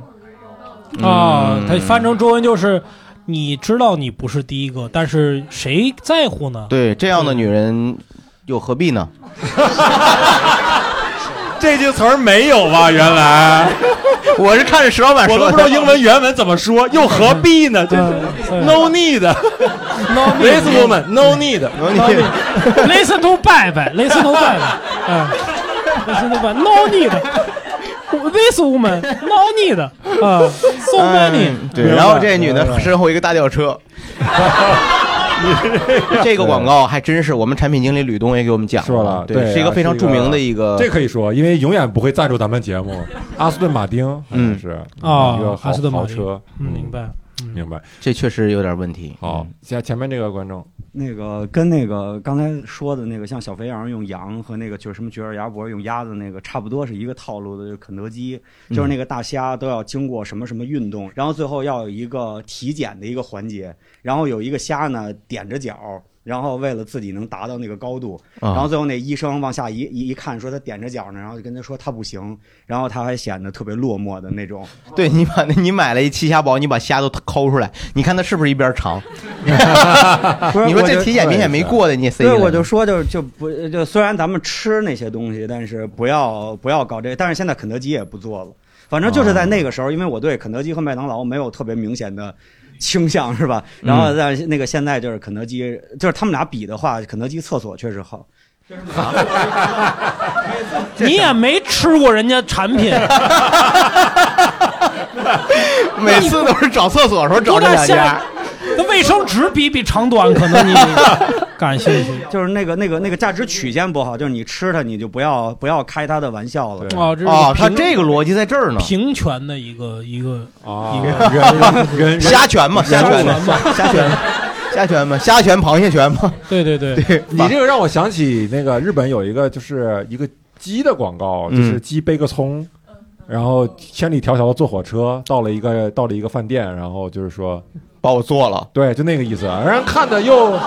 B: 啊
D: 嗯，
B: 它翻成中文就是你知道你不是第一个，但是谁在乎呢？
D: 对这样的女人，又何必呢？
A: 这句词儿没有吧？原来
D: 我是看着石老板说
A: 我
D: 的哎
A: 都不知道英文原文怎么说，又何必呢？这
J: 呃
A: no
B: No need
A: need，this woman，no need，
B: Listen to 拜拜，Listen to 拜 拜，嗯，Listen to 拜，No need，This woman，No need，啊，So many，
D: 嗯对，然后这女的身后一个大 吊车。这个广告还真是我们产品经理吕东也给我们讲
A: 说了，
D: 对，
A: 啊
D: 是一个非常著名的一个，
A: 这可以说，因为永远不会赞助咱们节目。阿斯顿马丁，嗯，是
B: 啊
A: 一个好
B: 阿斯顿马
A: 豪
B: 丁
A: 车，
B: 嗯明白，
A: 明白。
D: 这确实有点问题。嗯
A: 好，前前面这个观众，
K: 那个跟那个刚才说的那个，像小肥羊用羊和那个就是什么绝尔鸭脖用鸭子那个差不多是一个套路的，就是肯德基，
L: 嗯
K: 就是那个大虾都要经过什么什么运动，然后最后要有一个体检的一个环节，然后有一个虾呢踮着脚。然后为了自己能达到那个高度，
L: 啊
K: 然后最后那医生往下一一一看，说他踮着脚呢，然后就跟他说他不行，然后他还显得特别落寞的那种。
D: 对你把那你买了一七虾堡，你把虾都抠出来，你看它是不是一边长？
K: 不是
D: 你说
K: 我
D: 这
K: 就
D: 体检明显没过的，你也塞
K: 对，
D: 进来
K: 我就说就就不呃就虽然咱们吃那些东西，但是不要不要搞这个，但是现在肯德基也不做了。反正就是在那个时候，因为我对肯德基和麦当劳没有特别明显的倾向，是吧？然后
L: 嗯
K: 但是那个现在就是肯德基，就是他们俩比的话，肯德基厕所确实好。
B: 你也没吃过人家产品，
D: 每次都是找厕所的时候 找这两家。
B: 那卫生纸比比长短，可 能你感兴趣，
K: 就是那个那个那个价值曲线不好，就是你吃它，你就不要不要开它的玩笑了。
B: 哦这是哦它平这
D: 个逻辑在这儿呢
B: 平权的一个一个
A: 啊
B: 一
D: 人
B: 个
D: 人虾拳嘛，虾拳嘛，虾拳，虾拳嘛，虾拳，螃蟹拳嘛。
B: 对对对，
A: 你这个让我想起那个日本有一个就是一个鸡的广告，
D: 嗯
A: 就是鸡背个葱，
B: 嗯
A: 然后千里迢迢的坐火车到了一个到了一个饭店，然后就是说
D: 把我做了，
A: 对，就那个意思，让人看着又。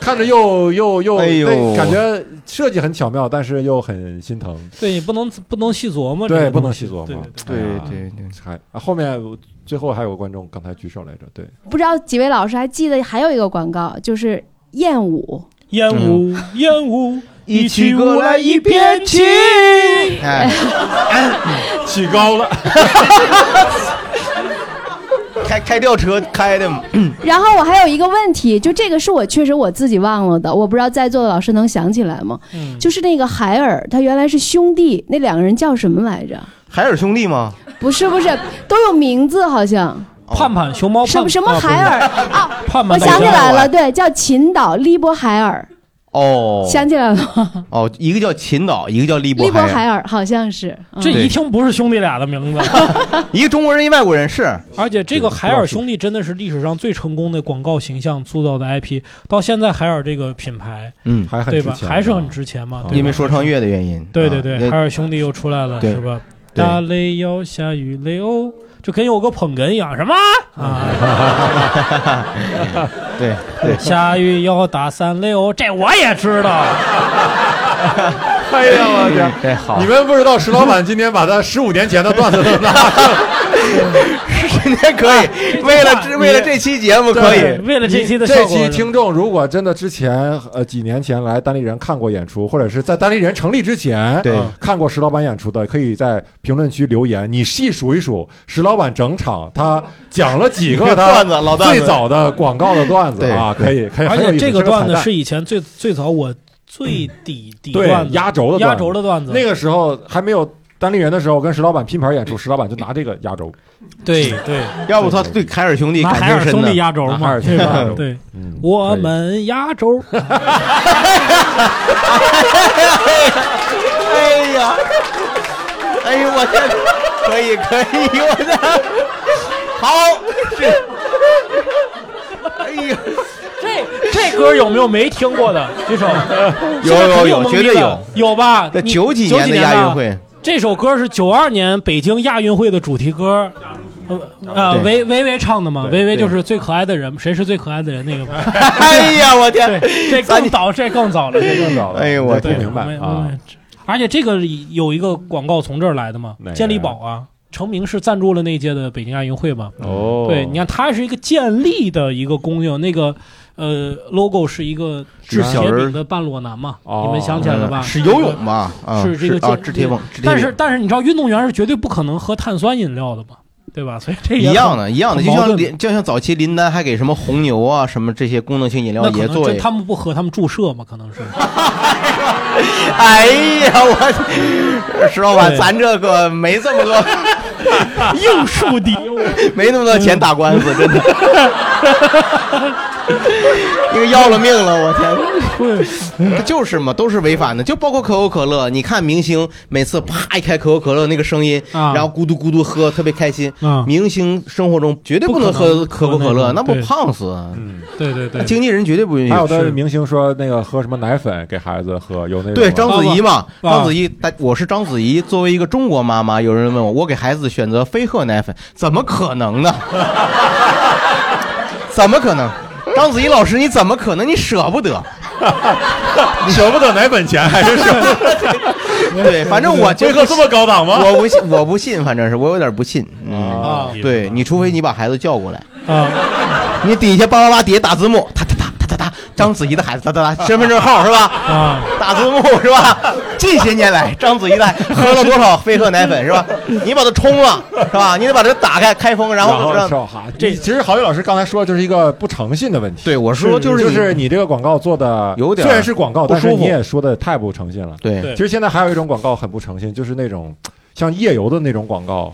A: 看着又又又，
D: 哎呦
A: 那感觉设计很巧妙，但是又很心疼。
B: 对你不能不能细琢磨，这
A: 对，
B: 个
A: 不
B: 东
A: 能
B: 西
A: 细琢磨。
B: 对
A: 对对对，还啊后面最后还有个观众刚才举手来着，对，
M: 不知道几位老师还记得还有一个广告，就是燕舞，
B: 烟雾烟雾，
M: 一
B: 起
M: 过来
B: 一边起。
D: 哎，
A: 起高了，
D: 开开吊车开的嘛。
M: 然后我还有一个问题，就这个是我确实我自己忘了的，我不知道在座的老师能想起来吗？
D: 嗯
M: 就是那个海尔，他原来是兄弟，那两个人叫什么来 着？
D: 海尔兄弟吗？
M: 不是不是，都有名字好像。
B: 盼盼熊猫
M: 什
B: 盼
M: 么什么海尔
B: 啊？盼
M: 我
B: 盼，
M: 想起来了，对，叫秦岛利波海尔，
D: 哦，
M: 想起来了吗？
D: 哦，一个叫秦岛，一个叫利
M: 利
D: 波
M: 波
D: 海
M: 海
D: 尔，
M: 尔好像是。嗯
B: 这一听不是兄弟俩的名字，
D: 一个中国人，一个外国人是。
B: 而且这个海尔兄弟真的是历史上最成功的广告形象塑造的 IP，到现在海尔这个品牌，
D: 嗯还很
B: 对
D: 值
B: 吧？
D: 钱
B: 还是很
A: 啊
B: 值钱嘛，对吧
D: 因为说唱乐的原因。
B: 对
D: 啊
B: 对对，
D: 那
B: 海尔兄弟又出来了，
D: 对
B: 是吧？
D: 对
B: 打雷要下雨雷哦，就跟有个捧哏一样，什么啊？
D: 对对
B: 下雨要打三雷哦，这我也知道。
A: 哎呀，我天！
D: 这好
A: 你们不知道石老板今天把他十五年前的段子都拿出来
D: 今天可以，为了这为了这期节目可以，
A: 这期听众如果真的之前呃几年前来单立人看过演出，或者是在单立人成立之前
D: 对
A: 嗯看过石老板演出的，可以在评论区留言，你细数一数石老板整场他讲了几个他
D: 段子老段子
A: 最早的广告的段子
D: 对
A: 啊，
D: 对
A: 可以可以，
B: 而
A: 很有
B: 且
A: 意思
B: 这个
A: 是
B: 段
A: 彩
B: 子
A: 蛋
B: 是以前最最早我最底底
A: 对
B: 段子
A: 压轴的
B: 压轴的段子，
A: 那个时候还没有单立人的时候，我跟石老板拼盘演出，石老板就拿这个压轴。
B: 对对，
D: 要不他对海尔兄弟
B: 拿
D: 感
B: 海
D: 情
B: 尔
D: 深
B: 兄
D: 呢
B: 弟压轴
D: 拿海
B: 嘛，
D: 尔兄
B: 对
D: 弟压
B: 吧
D: 轴？
B: 对，我们压轴。
D: 哎呀， 哎呦我天，可以可以，我的好，这，哎呀，
B: 这这歌有没有没听过的这首？ 这
D: 有
B: 个肯定
D: 有
B: 蒙
D: 绝对
B: 蔽的
D: 有
B: 有吧？
D: 这
B: 你
D: 九
B: 九
D: 几
B: 年
D: 年的
B: 吧
D: 亚运会。
B: 这首歌是九二年北京亚运会的主题歌，呃呃，维
D: 对
B: 维维唱的嘛，
D: 对
B: 维维
D: 对
B: 就是最可爱的人，谁是最可爱的人 那个嘛？
D: 哎呀，我天，
B: 这更早，这更早了，这更早了。
D: 哎
A: 呃
D: 呦我
B: 对
D: 天
A: 啊
B: 我们我们而且这个有一个广告从这儿来的嘛
A: 哪，个呀
B: 健力宝啊，程明是赞助了那一届的北京亚运会嘛。
C: 哦
B: 对，你看它是一个建立的一个供应，那个呃 logo 是一个制
D: 小
B: 铁
D: 人儿
B: 饼的半裸男嘛，你们想起来了吧？
D: 嗯是游泳吧？啊
B: 是这个
D: 啊，
B: 建
D: 制铁网，制铁
B: 但
D: 饼
B: 是但是你知道运动员是绝对不可能喝碳酸饮料的嘛，对吧？所以 这也
D: 一样
B: 很
D: 的，一样的，
B: 很
D: 就
B: 矛
D: 像
B: 盾
D: 林，就像早期林丹还给什么红牛啊什么这些功能性饮料
B: 那可
D: 也
B: 能
D: 做
B: 真
D: 一
B: 他们不喝，他们注射嘛，可能是。
D: 哎呀，我 石老板，咱这个没这 么多，
B: 硬树 敌，
D: 没那么多钱打官司， 真的，因为要了命了，我天，这就是嘛，都是违反的，就包括可口可乐，你看明星每次啪一开可口可乐那个声音，
B: 啊
D: 然后咕嘟咕嘟喝，特别开心
B: 啊，
D: 明星生活中绝对不能喝可口可乐，那不
A: 对
D: 胖死啊。
B: 对对对，
D: 经纪人绝对不允许
A: 还有的
D: 是
A: 明星说那个喝什么奶粉给孩子喝，有那种
D: 对
A: 吗
D: 章子怡嘛，
A: 啊
D: 章子怡，但我是章子怡。作为一个中国妈妈，有人问我，我给孩子选择非喝奶粉，怎么可能呢？ 怎么可能？章子怡老师，你怎么可能？你舍不得，你舍不得奶粉钱还是舍 不得？对，反正我就是
L: 这个这么高档吗
D: 我不信，我不信，反正是我有点不信。嗯，
L: 啊
D: 对你，除非你把孩子叫过来，
B: 啊，
D: 你底下叭叭叭底下打字幕，哒哒哒哒哒哒，章子怡的孩子哒哒哒，身份证号是吧？
B: 啊，
D: 打字幕是吧？近些年来，章子怡在喝了多少飞鹤奶粉是吧？你把它冲了是吧？你得把这打开开 封，然后让
A: 是吧这其实郝宇老师刚才说的就是一个不诚信的问题。
D: 对，我
A: 说
D: 就是是
A: 就
D: 你
A: 你这个广告做的
D: 有点
A: 虽然是广告，
D: 不
A: 但
D: 舒服
A: 是你也说的太不诚信了。
D: 对对
A: 其实现在还有一种广告很不诚信，就是那种像页游的那种广告。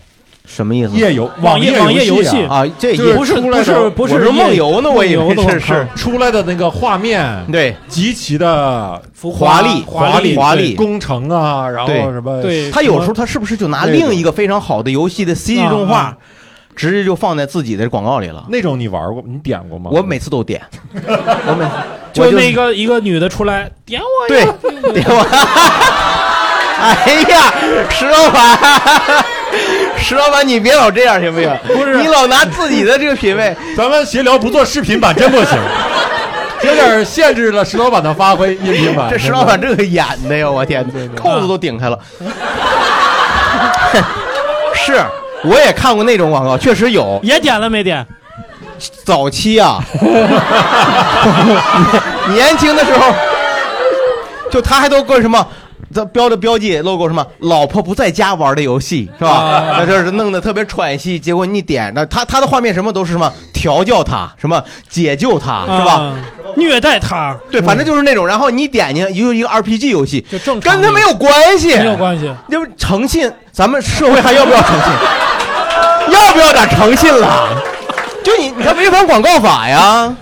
D: 什么意思？
A: 页游
B: 网页
A: 页
B: 网页游
A: 戏
B: 戏啊这
A: 就是
B: 不是
A: 出来的
B: 不是不是
A: 我说
B: 页梦游的广告
A: 出来的那个画面，
D: 啊对，
A: 极其的
D: 华丽
A: 华丽
D: 华丽
A: 工程啊，然后
D: 对
A: 什么
D: 他有时候他是不是就拿另一个非常好的游戏的 CG 动
A: 啊
D: 画，直接就放在自己的广告里了？
A: 那种你玩过你点过吗？
D: 我每次都点， 我每
B: 就那个一个女的出来点我呀，
D: 点我， 哎呀，石老板，石老板，你别老这样行不行？不是，你老拿自己的这个品味，
A: 咱们闲聊不做视频版真不行，有点限制了石老板的发挥。音频版，
D: 这石老板这个演的呀，我天，扣子都顶开了。 是，我也看过那种广告，确实有。
B: 也点了没点？
D: 早期啊， 年轻的时候，就他还都跟什么。这标的标记 logo 什么？老婆不在家玩的游戏是吧？
B: 啊
D: 那就是弄得特别喘息。结果你点那他他的画面什么都是什么调教他，什么解救他
B: 啊
D: 是吧？
B: 虐待他，
D: 对，反正就是那种。然后你点进去就是一个 RPG 游戏，
B: 就正
D: 跟他没有关系，
B: 没有关系。
D: 要不诚信，咱们社会还要不要诚信？要不要点诚信了？就你，你还违反广告法呀？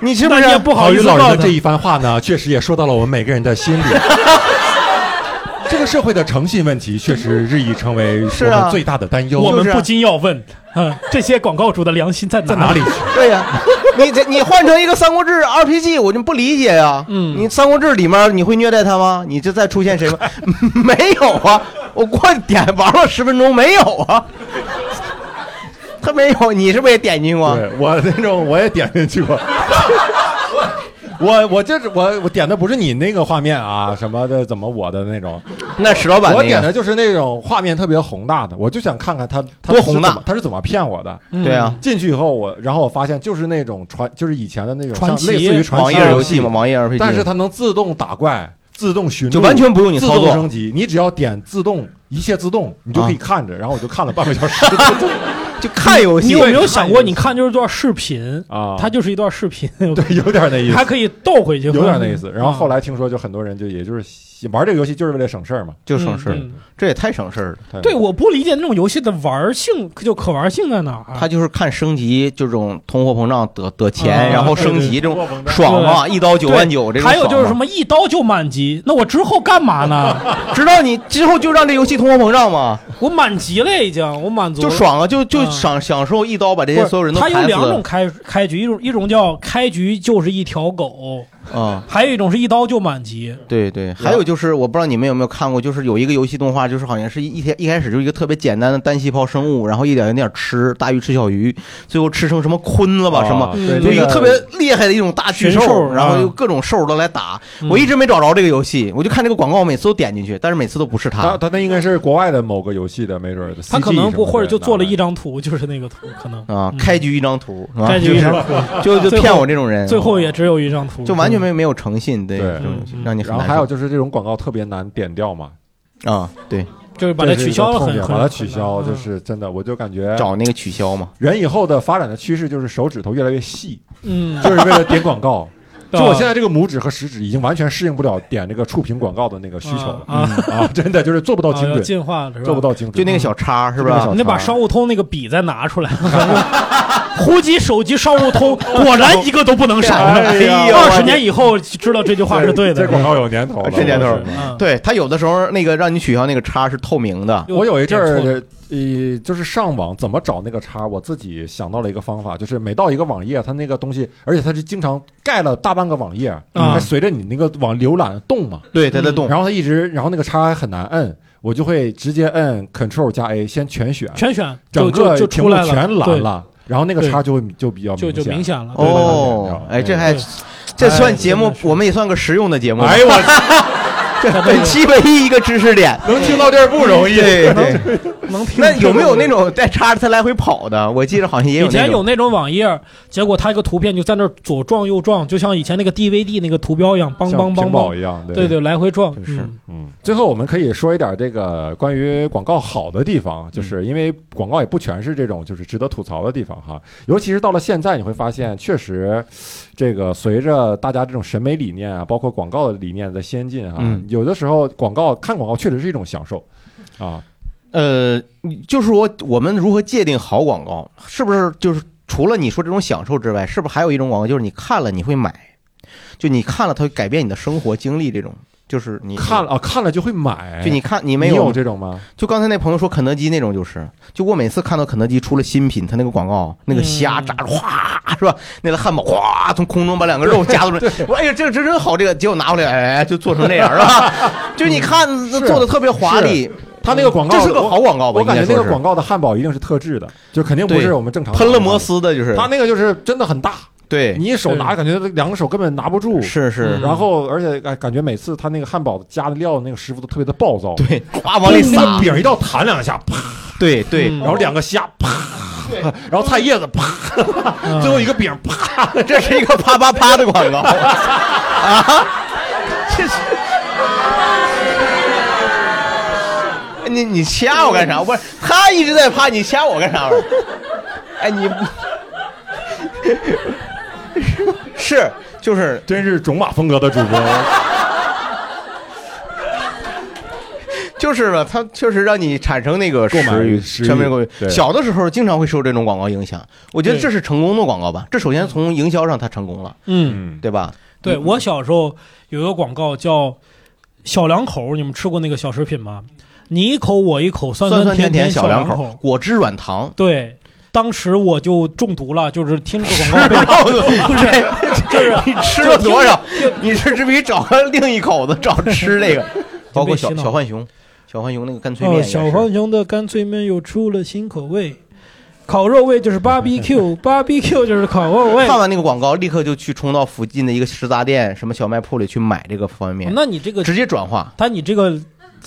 D: 你是不是
A: 郝宇老师的这一番话呢，确实也说到了我们每个人的 心里。这个社会的诚信问题确实日益成为
D: 是
A: 我
D: 啊
A: 们最大的担忧。
B: 我们不禁要问，嗯，这些广告主的良心在在哪
A: 里？
D: 对呀、你这你换成一个《三国志》RPG，我就不理解呀、嗯，你《三国志》里面你会虐待他吗？你这再出现谁吗？ 没有啊，我过去点玩了十分钟，没有啊。他没有，你是不是也点进去过？
A: 对我那种我也点进去过。 我我这是我我点的不是你那个画面啊什么的，怎么我的那种，
D: 那石老板那个
A: 我点的就是那种画面特别宏大的，我就想看看他他
D: 多宏大
A: 是怎么他是怎么骗我的。
D: 嗯对啊
A: 进去以后我，然后我发现就是那种传，就是以前的那种像
D: 传奇
A: 类似于嗯传
D: 网页游戏嘛网页 RPG
A: 但是它能自动打怪，自动寻路，
D: 就完全不用你操作
A: 自动升级，你只要点自动，一切自动，你就可以看着，
D: 啊
A: 然后我就看了半个小 时，
D: 就看游戏
B: 你有没有想过，你看就是一段视频啊它就是一段视频， 对，
A: 有点那意思
B: 还可以倒回去，
A: 有点那意
D: 嗯
A: 思。然后后来听说，就很多人就也就是喜玩这个游戏就是为了省事儿嘛，
D: 就省事儿嗯这也太省事儿
A: 了
B: 对，我不理解那种游戏的玩儿性，就可玩性在哪儿啊？
D: 他就是看升级这种通货膨胀得得钱，
B: 啊
D: 然后升级这种爽嘛，
B: 对
D: 一刀九万九
B: 对
D: 这种爽嘛。啊
B: 还有就是什么一刀就满级，那我之后干嘛呢？
D: 知道你之后就让这游戏通货膨胀嘛，
B: 我满级了已经，我满足
D: 就爽啊，就就享享受一刀把这些所有人都
B: 嗯他有
D: 砍死
B: 两种
D: 了。
B: 开开局，一种一种叫开局就是一条狗，
D: 啊。
B: 还有一种是一刀就满级，
D: 对对，还有就是我不知道你们有没有看过，就是有一个游戏动画，就是好像是一一天一开始就是一个特别简单的单细胞生物，然后一点一点吃，大鱼吃小鱼，最后吃成什么鲲了吧，
A: 啊
D: 什么
A: 对
D: 就一个
A: 那个
D: 特别厉害的一种大巨
A: 神兽
D: 兽，然后
A: 啊
D: 就各种兽都来打。
A: 嗯
B: 嗯
D: 我一直没找着这个游戏，我就看这个广告，我每次都点进去，但是每次都不是它
B: 啊
A: 他。他那应该是国外的某个游戏的，没准儿的
B: 他可
A: CG
B: 能
A: 什么
B: 不
A: 的
B: 或者就做了一张图，就是那个图，可能
D: 啊，开局一张图，是吧
B: 嗯开局一张图
D: 就是
B: 最
D: 就就
B: 后
D: 骗我这种人，
B: 最
A: 哦
B: 后也只嗯有一张图，嗯
D: 就完全没没有诚信，对，这种让你很
A: 然后
D: 难
A: 还
D: 受
A: 有就是这种广告特别难点掉嘛，
D: 啊，对，
B: 就是把它取消了很很
A: 把它
B: 很
A: 取
B: 难
A: 消，
B: 嗯
A: 就是真的，我就感觉
D: 找那个取消嘛。
A: 人以后的发展的趋势就是手指头越来越细，
B: 嗯。
A: 就是为了点广告 就我现在这个拇指和食指已经完全适应不了点这个触屏广告的那个需求了
B: 啊 啊
A: 啊！真的就是做不到精
B: 啊要
A: 准，
B: 进化了是吧
A: 做不到精准，嗯
B: 就那个小
D: 叉
A: 就那个小
B: 你得把
A: 叉
B: 商务通那个笔再拿出来。呼机手机商务通，果然一个都不能少。
D: 哎呀
B: 二十年以后知道这句话是对的。嗯
A: 这广告有年头了，
D: 这年头儿
A: 是吧，
D: 对他有的时候那个让你取消那个叉是透明的，
A: 我有一阵儿
D: 点错
A: 的，呃，就是上网怎么找那个叉，我自己想到了一个方法，就是每到一个网页，它那个东西，而且它是经常盖了大半个网页，
D: 嗯
A: 它随着你那个网浏览动嘛，
D: 对它在动
A: 然后它一直，然后那个叉很难摁，我就会直接摁 Ctrl 加 A，先全选，
B: 全选
A: 整
B: 就
A: 个
B: 就就
A: 屏
B: 出
A: 幕
B: 来了
A: 全
B: 对
A: 蓝了，然后那个
B: 对
A: 叉就会就比较
B: 就就明显了对
D: 哦，哎，这还这
A: 哎
D: 算节目，我们也算个实用的节目。
A: 哎呦我，
D: 这 本期唯一一个知识点，
A: 能听到这儿不容易
D: 对
A: 能
D: 对，
B: 能听
D: 那有没有那种带叉着它来回跑的？我记得好像也有
B: 以前
D: 那
B: 有
D: 种。
B: 那种网页，结果它一个图片就在那儿左撞右撞，就像以前那个 DVD 那个图标一样，梆
A: 像
B: 梆梆
A: 屏保
B: 梆
A: 一样对
B: 对对，来回撞。是，
A: 嗯，最后我们可以说一点这个关于广告好的地方，就是因为广告也不全是这种就是值得吐槽的地方哈，尤其是到了现在，你会发现确实，这个随着大家这种审美理念啊，包括广告的理念的先进哈，
D: 嗯
A: 有的时候广告看广告确实是一种享受啊，
D: 呃，就是我我们如何界定好广告？是不是就是除了你说这种享受之外，是不是还有一种广告就是你看了你会买，就你看了它会改变你的生活经历这种？就是你
A: 看了啊看了就会买，
D: 就你看
A: 你
D: 你没
A: 有
D: 有
A: 这种吗？
D: 就刚才那朋友说肯德基那种，就是，就我每次看到肯德基出了新品，它那个广告，
B: 嗯
D: 那个虾炸着哗是吧？那个汉堡哗从空中把两个肉夹出来， 我说哎呀，这个真真好，这个结果拿回来，哎，就做成这样 是吧？就你看
A: 嗯是
D: 做的特别华丽
A: 是，他那个广告，
D: 这是个好广告吧？
A: 我感觉
D: 应该
A: 那个
D: 说是
A: 广告的汉堡一定是特制的，就肯定不
D: 对
A: 是我们正常的
D: 喷了摩斯的，就是
A: 他那个就是真的很大，
D: 对
A: 你一手拿，感觉两个手根本拿不住。
D: 是是
A: 嗯然后而且感感觉每次他那个汉堡加的料的那个师傅都特别的暴躁，对，
D: 哗往里
A: 那
D: 撒嗯
A: 个饼一道弹两下，啪，
D: 对对，
A: 然后两个虾，啪，然后菜叶子，啪，
D: 嗯
A: 最后一个饼，啪，
D: 这是一个啪啪啪的 广告啊，这是。你你掐我干啥？不是他一直在啪，你掐我干啥玩意儿？哎，你 是就是
A: 真是种马风格的主播，
D: 就是吧，它确实让你产生那个
A: 购买
D: 食欲，
A: 食欲
D: 消费购欲。
A: 对
D: 小的时候经常会受这种广告影响，我觉得
B: 对
D: 这是成功的广告吧。这首先从营销上它成功了，
B: 嗯，
D: 对吧？
B: 对我小时候有一个广告叫“小两口”，你们吃过那个小食品吗？你一口我一口，酸
D: 酸酸
B: 甜
D: 甜甜
B: 小
D: 小两
B: 口
D: 口。，果汁 软糖，
B: 对，当时我就中毒了，就是听这个广告被
D: 告诉我
B: 就是
D: 你吃了多少？你是不是比找个另一口子照 吃这个？包括小
B: 洗脑
D: 小浣熊，小浣熊那个干脆面
B: 哦，
D: 也是，
B: 小浣熊的干脆面又出了新口味，烤肉味就是 barbecue，barbecue 就是烤肉味。
D: 看完那个广告，立刻就去冲到附近的一个食杂店、什么小卖铺里去买这个方便面。
B: 那你这个
D: 直接转化，
B: 但你这个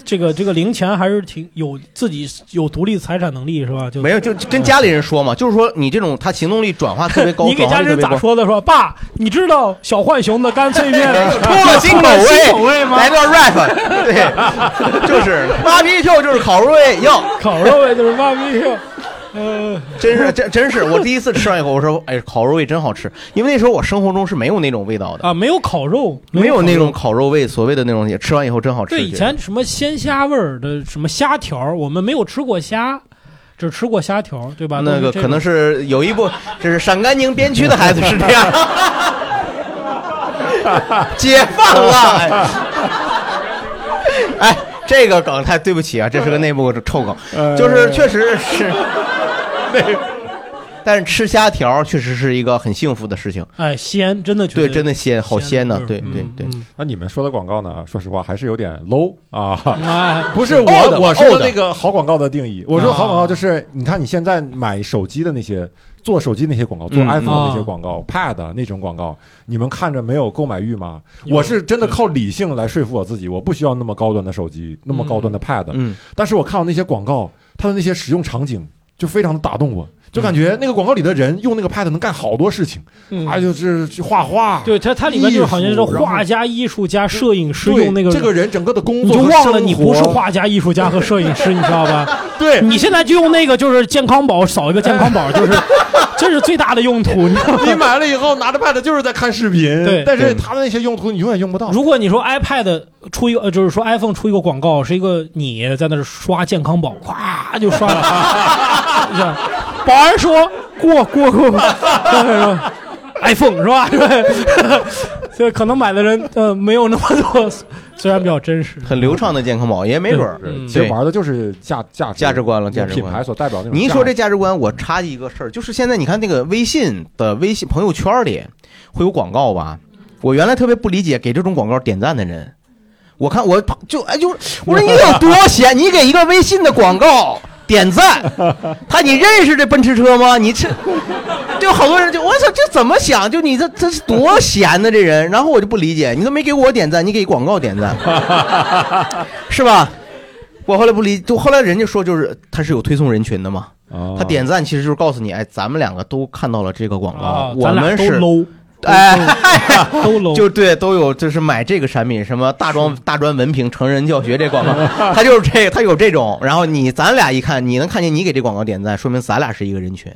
B: 这个这个零钱还是挺有自己有独立财产能力是吧？就
D: 嗯没有就跟家里人说嘛，就是说你这种他行动力转化啊特别高，
B: 你给家人咋说的？说爸，你知道小浣熊的干 脆面
D: 出哎了新口
B: 出了新口
D: 味
B: 味吗？
D: 来段 rap，对，就是芭比 Q 就是烤肉味，哟，
B: 烤肉味就是芭比 Q，呃，
D: 真是真真是，我第一次吃上一口，我说哎，烤肉味真好吃，因为那时候我生活中是没有那种味道的
B: 啊，没有烤肉，
D: 没有那
B: 烤肉
D: 种烤肉味，所谓的那种东西，吃完以后真好吃。
B: 对，以
D: 觉得
B: 前什么鲜虾味儿的什么虾条儿，我们没有吃过虾，只吃过虾条儿，对吧？
D: 那
B: 都
D: 个
B: 这
D: 可能
B: 种
D: 是有一部，这是陕甘宁边区的孩子是这样，解放了。哎哎，这个梗太对不起啊，这是个内部臭梗，就是确实是。但是吃虾条确实是一个很幸福的事情。
B: 哎，鲜嗯真的觉得
D: 对，真的鲜，好鲜呢、对对对。
A: 那你们说的广告呢？说实话还是有点 low
B: 哎
A: 啊，不是
B: 是
A: 我
B: old 的啊
A: 我说
B: old
A: 的那个好广告的定义，我说好广告就是你看你现在买手机的那些做手机那些广告，做
B: 嗯
A: iPhone 那些
B: 啊
A: 广告，Pad 那种广告，你们看着没有购买欲吗？我是真的靠理性来说服我自己，我不需要那么高端的手机，那么高端的 Pad，
D: 嗯
A: 但是我看到那些广告，它的那些使用场景就非常的打动我。就感觉那个广告里的人用那个 Pad 能干好多事情，
B: 嗯
A: 啊，就是去画画，
B: 对它，它里面就是好像
A: 艺
B: 是
A: 术然后
B: 画家、艺术家、摄影师
A: 对
B: 用那个
A: 这个人整个的工
B: 你
A: 作
B: 就
A: 和
B: 忘了
A: 生
B: 你
A: 活
B: 不是画家、艺术家和摄影师，你知道吧？
A: 对，
B: 你现在就用那个就是健康宝扫一个健康宝，就是 这是最大的用途，你知道吗？
A: 你买了以后拿着 Pad 就是在看视频，
B: 对，
A: 但是它的那些用途你永远用不到。
B: 如果你说 iPad 出一个，呃就是说 iPhone 出一个广告，是一个你在那儿刷健康宝，咵就 刷了，是吧保安说过过 过过然后说，iPhone 是吧？ 对，所以可能买的人呃没有那么多， 虽然比较真实，
D: 很流畅的健康宝，也没准儿
A: 对
D: 嗯
A: 对。其
D: 对
A: 实玩的就是价价值
D: 价值观了，价值观
A: 品牌所代表那种
D: 你一
A: 价
D: 说这
A: 值
D: 价值观，我插一个事儿，就是现在你看那个微信的微信朋友圈里会有广告吧？我原来特别不理解给这种广告点赞的人，我看我就哎就是我说你有多闲，你给一个微信的广告点赞，他你认识这奔驰车吗？你这就好多人就我操这怎么想？就你这这是多闲呢这人，然后我就不理解，你都没给我点赞，你给广告 点赞，是吧？我后来不理，就后来人家说就是他是有推送人群的嘛，
B: 哦
D: 他点赞其实就是告诉你，哎，咱们两个都看到了这个广告，
B: 啊
D: 我
B: 咱俩
D: 们
B: 都
D: 是
B: low，
D: 哎，
B: 都 low，
D: 就对，都有就是买这个产品，什么大专大专文凭成人教学这广 告，他就是这，他有这种，然后你咱俩一看，你能看见你给这广告点赞，说明咱俩是一个人群。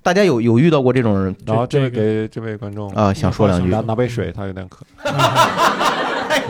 D: 大家有有遇到过这种人？
A: 观。然后这位给这位观众
D: 啊想说两句
A: 拿拿杯水，他有点 渴。哎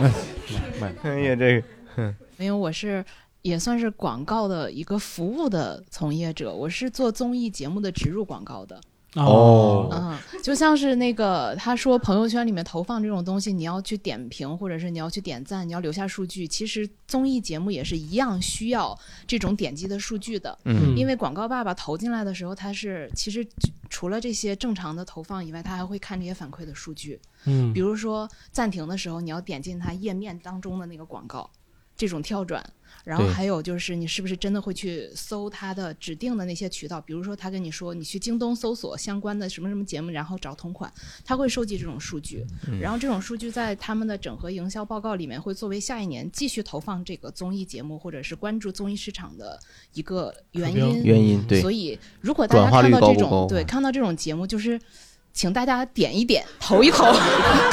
D: 哎呀，
L: 嗯
D: 这个，哼
L: 没有，我是也算是广告的一个服务的从业者，我是做综艺节目的植入广告的。
B: 啊
A: 哦
L: 嗯，就像是那个他说朋友圈里面投放这种东西，你要去点评，或者是你要去点赞，你要留下数据。其实综艺节目也是一样需要这种点击的数据的。
N: 嗯
L: 因为广告爸爸投进来的时候，他是其实除了这些正常的投放以外，他还会看这些反馈的数据。
N: 嗯
L: 比如说暂停的时候，你要点进他页面当中的那个广告，这种跳转。然后
N: 对
L: 还有就是，你是不是真的会去搜他的指定的那些渠道？比如说，他跟你说你去京东搜索相关的什么什么节目，然后找同款，他会收集这种数据，
N: 嗯
L: 然后这种数据在他们的整合营销报告里面会作为下一年继续投放这个综艺节目或者是关注综艺市场的一个原
D: 指标
L: 因。
D: 原因对
L: 所以如果大家
D: 转化
L: 看
D: 率
L: 到
D: 高
L: 这
D: 不
L: 种
D: 高 嗯
L: 对看到这种节目，就是请大家点一点，投一投。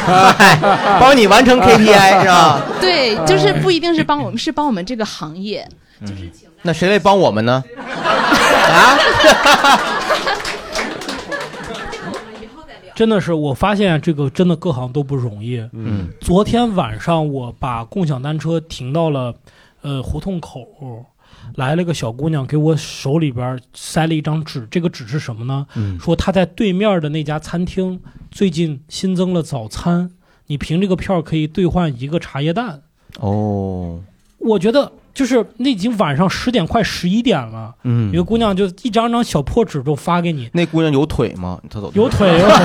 D: 哎帮你完成 KPI 是吧？
L: 对，就是不一定是帮我们，是帮我们这个行业。
D: 那谁来帮我们呢？啊
B: 真的是，我发现这个真的各行都不容易。
D: 嗯，
B: 昨天晚上我把共享单车停到了，呃，胡同口，来了个小姑娘，给我手里边塞了一张纸，这个纸是什么呢？
N: 嗯
B: 说她在对面的那家餐厅最近新增了早餐，你凭这个票可以兑换一个茶叶蛋。
D: 哦，
B: 我觉得就是那已经晚上十点快十一点了，
D: 嗯
B: 有个姑娘就一张张小破纸都发给你，
D: 那姑娘有腿吗？她走
B: 有腿有腿，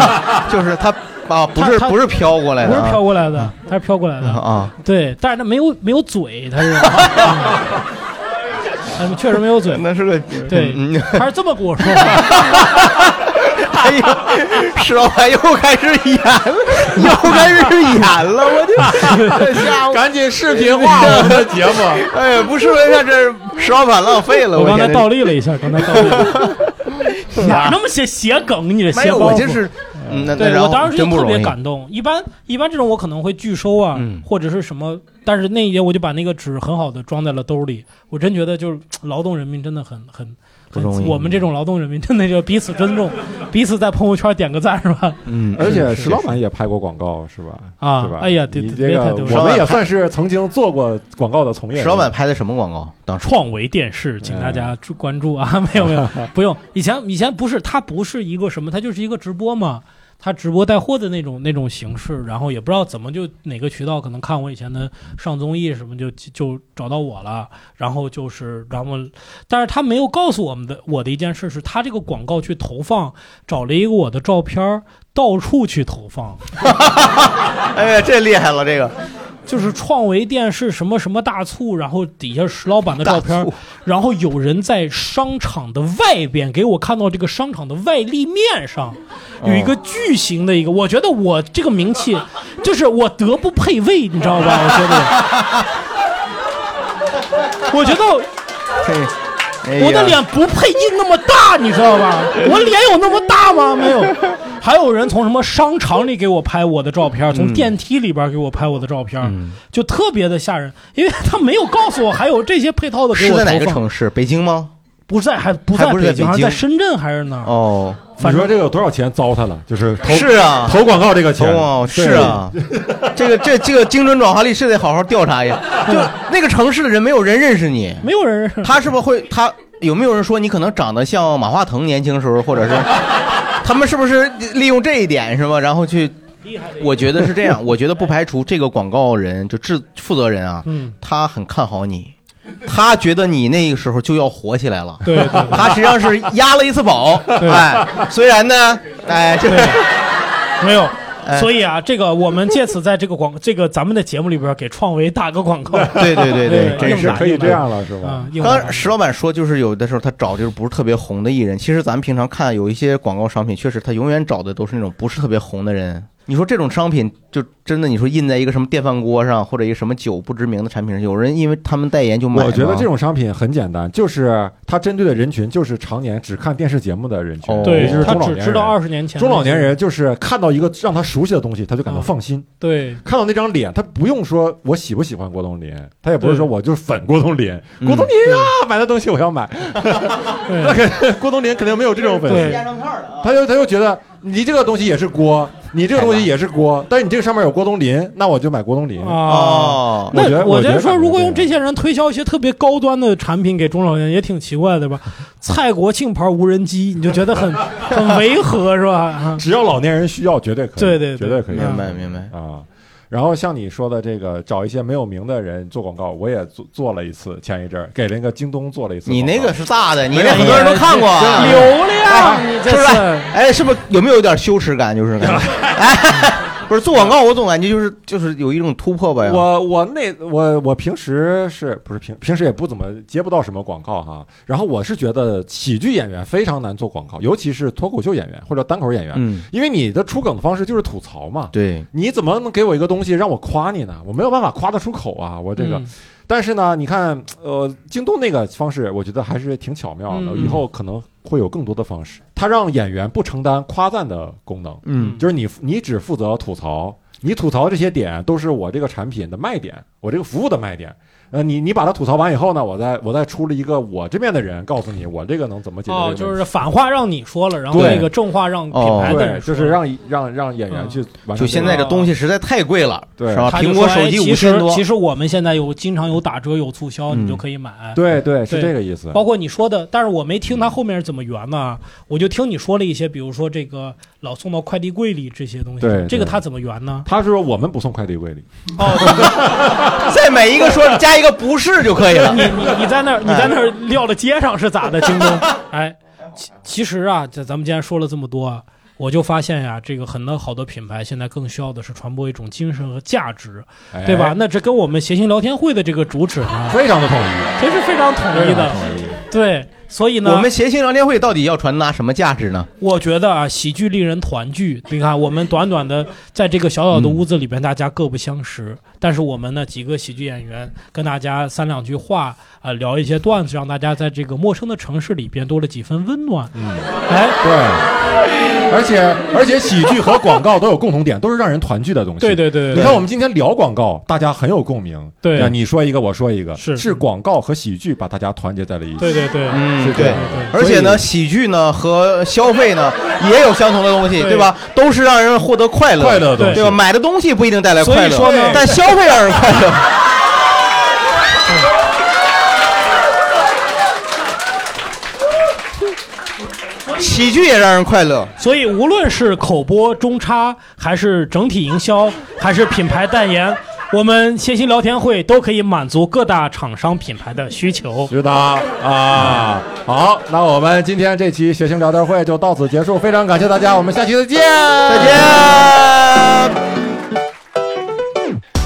D: 就是她啊，不是
B: 她她
D: 不是飘过来
B: 不
D: 的
B: 是
D: 啊，
B: 飘过来的，她是飘过来的。
D: 啊，
B: 对，但是他没有没有嘴，他 是，嗯嗯确实没有嘴，
D: 那是个
B: 对
D: 嗯，
B: 他是这么跟我说的。
D: 哎呦，石老板又开始演了，又开始演了，我
A: 哎
D: 就赶紧视频化我们的节目。哎呀，不视频下这石老板浪费了。
B: 我刚才
D: 现在
B: 倒立了一下，刚才倒立 了。哪那么些邪梗？你这
D: 没
B: 邪
D: 有
B: 包
D: 我
B: 袱
D: 就是嗯那那
B: 对
D: 然
B: 我
D: 后
B: 当时就
D: 真不
B: 特别
D: 容易嗯
B: 感动。一般一般这种我可能会拒收啊，或者是什么，但是那一年我就把那个纸很好的装在了兜里。我真觉得就是劳动人民真的很很。
D: 不容易
B: 我们这种劳动人民真的就彼此尊重，彼此在朋友圈点个赞是吧？
D: 嗯
A: 而且
B: 是
A: 石老板也拍过广告是吧？
B: 啊
A: 对吧？
B: 哎呀对
A: 你
B: 对
A: 这
B: 别
A: 个
B: 太多了
A: 我们也算是曾经做过广告的从业人。
D: 石老板拍的什么广告？当时
B: 创维电视，请大家注 关注啊！没有没有，不用。以前以前不是，它不是一个什么，它就是一个直播嘛。他直播带货的那种那种形式，然后也不知道怎么就哪个渠道可能看我以前的上综艺什么就就找到我了，然后就是然后，但是他没有告诉我们的我的一件事是，他这个广告去投放找了一个我的照片儿到处去投放，
D: 哎呀，这厉害了，这个
B: 就是创维电视什么什么大促，然后底下石老板的照片，然后有人在商场的外边给我看到这个商场的外立面上有一个巨型的一个，我觉得我这个名气就是我德不配位，你知道吧？我觉得，我觉得。
D: 哎呀
B: 我的脸不配印那么大，你知道 吧？我脸有那么大吗？没有。还有人从什么商场里给我拍我的照片，
D: 嗯
B: 从电梯里边给我拍我的照片，就特别的吓人，因为他没有告诉我还有这些配套的给
D: 是
B: 我
D: 在哪个
B: 投放
D: 城市？北京吗？
B: 不在，还不
D: 还
B: 在
D: 不是在
B: 北京，
D: 北
B: 好像在
D: 京
B: 深圳还是哪儿？
D: 哦，
B: 反
A: 你
B: 正
A: 说这个有多少钱糟蹋了？就是投
D: 是啊，
A: 投广告这个钱
D: 投广告
A: 对
D: 是啊，这个这这个精准转化率是得好好调查一下。就
B: 嗯
D: 那个城市的人，没有人认识你，
B: 没有人认识
D: 他是不是会他有没有人说你可能长得像马化腾年轻时候，或者是他们是不是利用这一点是吧？然后去，我觉得是这样，我 觉得不排除这个广告人就制负责人啊，
B: 嗯
D: 他很看好你。他觉得你那个时候就要火起来了，
B: 对对对
D: 他实际上是押了一次宝，
B: 对
D: 哎，虽然呢，哎，这
B: 没有
D: 哎。
B: 所以啊，这个我们借此在这个广这个咱们的节目里边给创维打个广告。
D: 对对对对，真
B: 硬
D: 是
B: 打硬打啊硬
D: 刚
B: 打
D: 刚石老板说，就是有的时候他找就是不是特别红的艺人，其实咱们平常看有一些广告商品，确实他永远找的都是那种不是特别红的人。你说这种商品，就真的你说印在一个什么电饭锅上，或者一个什么酒不知名的产品上，有人因为他们代言就买吗。
A: 我觉得这种商品很简单，就是它针对的人群就是常年只看电视节目的人
D: 哦
A: 群，
B: 对
A: 也哦就是
B: 他
A: 中老
B: 只
A: 年
B: 知道
A: 人
B: 20年前的嗯
A: 中老年
B: 那些
A: 人就是看到一个让他熟悉的东西，他就感到放心。
B: 对，
A: 看到那张脸，他不用说我喜不喜欢郭冬临，他也不是
B: 对
A: 说我就是粉郭冬临，
D: 嗯
A: 郭冬临啊，买的东西我要买。 那肯郭冬临肯定没有这种粉
B: 对
A: 丝，他就他就觉得你这个东西也是锅，你这个东西也是锅，但是你这个上面有郭冬临，那我就买郭冬临。
B: 哦
A: 我觉
B: 那
A: 得
B: 我
A: 觉得
B: 觉得说，如果用这些人推销一些特别高端的产品给中老年人，也挺奇怪的吧？蔡国庆牌无人机，你就觉得很很违和 是吧？
A: 只要老年人需要，绝对可以，
B: 对对对
A: 绝对可以。
D: 明白明白
A: 啊。然后像你说的这个，找一些没有名的人做广告，我也做做了一次，前一阵儿给那个京东做了一次广
D: 你
A: 告。
D: 那 个是大的，你
A: 没有
D: 那很多人都看过
A: 真的，
B: 流量
D: 哎
B: 啊你这
D: 是不
B: 是
D: 是？哎，是不是有没有一点羞耻感？就是感觉，哎， 不是做广告，我总感觉就是就是有一种突破吧。
A: 我我那我我平时是不是平平时也不怎么接不到什么广告哈？然后我是觉得喜剧演员非常难做广告，尤其是脱口秀演员或者单口演员，
D: 嗯
A: 因为你的出梗的方式就是吐槽嘛，
D: 对，
A: 你怎么能给我一个东西让我夸你呢？我没有办法夸得出口啊，我这个。
D: 嗯
A: 但是呢，你看，呃，京东那个方式，我觉得还是挺巧妙的。
D: 嗯
A: 以后可能会有更多的方式，它让演员不承担夸赞的功能。
D: 嗯
A: 就是你你只负责吐槽，你吐槽这些点都是我这个产品的卖点，我这个服务的卖点。呃，你你把它吐槽完以后呢，我再我再出了一个我这边的人告诉你，我这个能怎么解决这个
B: 哦
A: 问，题。
B: 就是反话让你说了，然后
A: 对哦
B: 那个正话让嗯品牌的
A: 对，
B: 人说
A: 就
B: 了
A: 是让让让演员去
B: 啊
A: 完成
D: 哎就现在这东西实在太贵了，
A: 对
D: 是吧？
B: 他就
D: 苹果
B: 说
D: 手
B: 哎
D: 机
B: 其
D: 五千
B: 实
D: 多，
B: 其实我们现在有经常有打折有促销，
D: 嗯
B: 你就可以买。
A: 对对是这个意思
B: 包括你说的，但是我没听他后面是怎么圆呢？
A: 嗯
B: 我就听你说了一些，比如说这个老送到快递柜里这些东西，
A: 对对
B: 这个他怎么圆呢？
A: 他是说我们不送快递柜里，
D: 在每一个说加一个不是就可以 了。
B: 你你你在那儿你在那儿撂到街上是咋的？京东，哎，其其实啊，这咱们既然说了这么多啊，我就发现呀、这个很多好多品牌现在更需要的是传播一种精神和价值，对吧
A: 哎？
B: 那这跟我们谐星聊天会的这个主旨呢，
A: 非常的统一，
B: 真是非常统一
A: 非常
B: 的。对，所以呢，
D: 我们谐星聊天会到底要传达什么价值呢？
B: 我觉得啊，喜剧令人团聚。你看，我们短短的在这个小小的屋子里边，大家各不相识，但是我们呢几个喜剧演员跟大家三两句话啊、聊一些段子，让大家在这个陌生的城市里边多了几分温暖。嗯，哎，
A: 对，而且而且喜剧和广告都有共同点，都是让人团聚的东西。
B: 对对对对对
A: 你看我们今天聊广告，大家很有共鸣。
B: 对
A: 吧你说一个，我说一个，
B: 是
A: 是广告和喜剧把大家团结在了一起。
B: 对对对
A: 嗯，是这
D: 对
A: 样。，
D: 而且呢，
A: 所
D: 喜剧呢和消费 呢也有相同的东西，
B: 对
D: 对吧？都是让人获得快乐，
A: 快乐的东西
D: 对吧？买的东西不一定带来
B: 所
D: 快乐，
B: 以说呢
D: 但消费让人 快乐。
B: 所以
D: 喜剧也让人快乐。
B: 所以无论是口播、中插，还是整体营销，还是品牌代言，我们闲心聊天会都可以满足各大厂商品牌的需求。
A: 知道啊，
B: 嗯
A: 好，那我们今天这期学生聊天会就到此结束，非常感谢大家，我们下期再见，再见。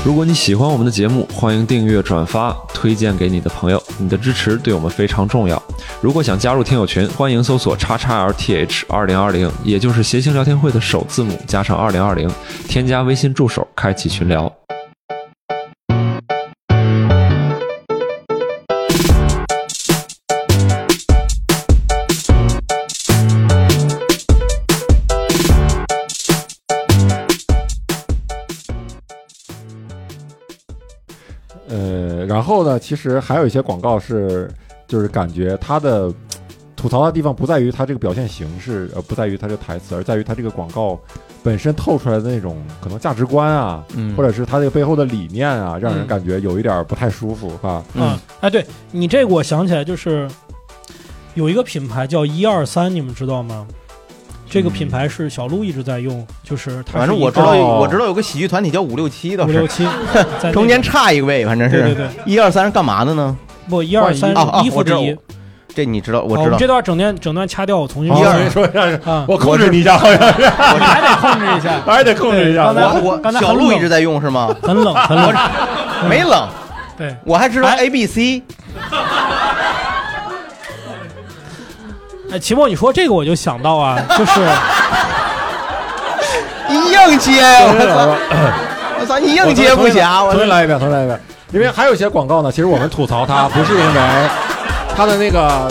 C: 如果你喜欢我们的节目，欢迎订阅、转发、推荐给你的朋友，你的支持对我们非常重要。如果想加入听友群，欢迎搜索叉叉 LTH 二零二零，也就是谐星聊天会的首字母加上二零二零，添加微信助手，开启群聊。
A: 呃，然后呢，其实还有一些广告是，就是感觉它的吐槽的地方不在于它这个表现形式，呃，不在于它这个台词，而在于它这个广告本身透出来的那种可能价值观啊，
B: 嗯
A: 或者是它这个背后的理念啊，让人
B: 嗯
A: 感觉有一点不太舒服啊。
B: 嗯，哎，对你这个我想起来，就是有一个品牌叫一二三，你们知道吗？这个品牌是小鹿一直在用，就是它是
D: 反正
B: 一
D: 我知道，
B: 个
D: 我知道有个喜剧团体叫五六七，倒是
B: 五六 七在那个
D: 中间差一个位，反正是。
B: 哦对对对
D: 一二三是干嘛的呢？
B: 不一二三
D: 啊啊
B: 衣服哦
D: 我知道
B: 的衣
D: 我这你知道，我
B: 好
D: 知
B: 们
D: 道。
B: 这段整段整段掐掉，我重新
D: 一二
B: 说
A: 说一
B: 啊，
A: 我控制你一下，好像是，
B: 你还得控制 一下，
A: 还哎得控制一下。
B: 对刚才
D: 我我
B: 刚才很
D: 小鹿
B: 冷
D: 一直在用 是吗？
B: 很冷，很冷，
D: 没冷。
B: 对，
D: 我还知道 A B C。
B: 哎，秦墨，你说这个我就想到啊，就是
D: 硬接， 我操！我操，你硬接不暇，我
A: 重新来一遍，重新来一遍。因为还有一些广告呢，其实我们吐槽它不是因为它的那个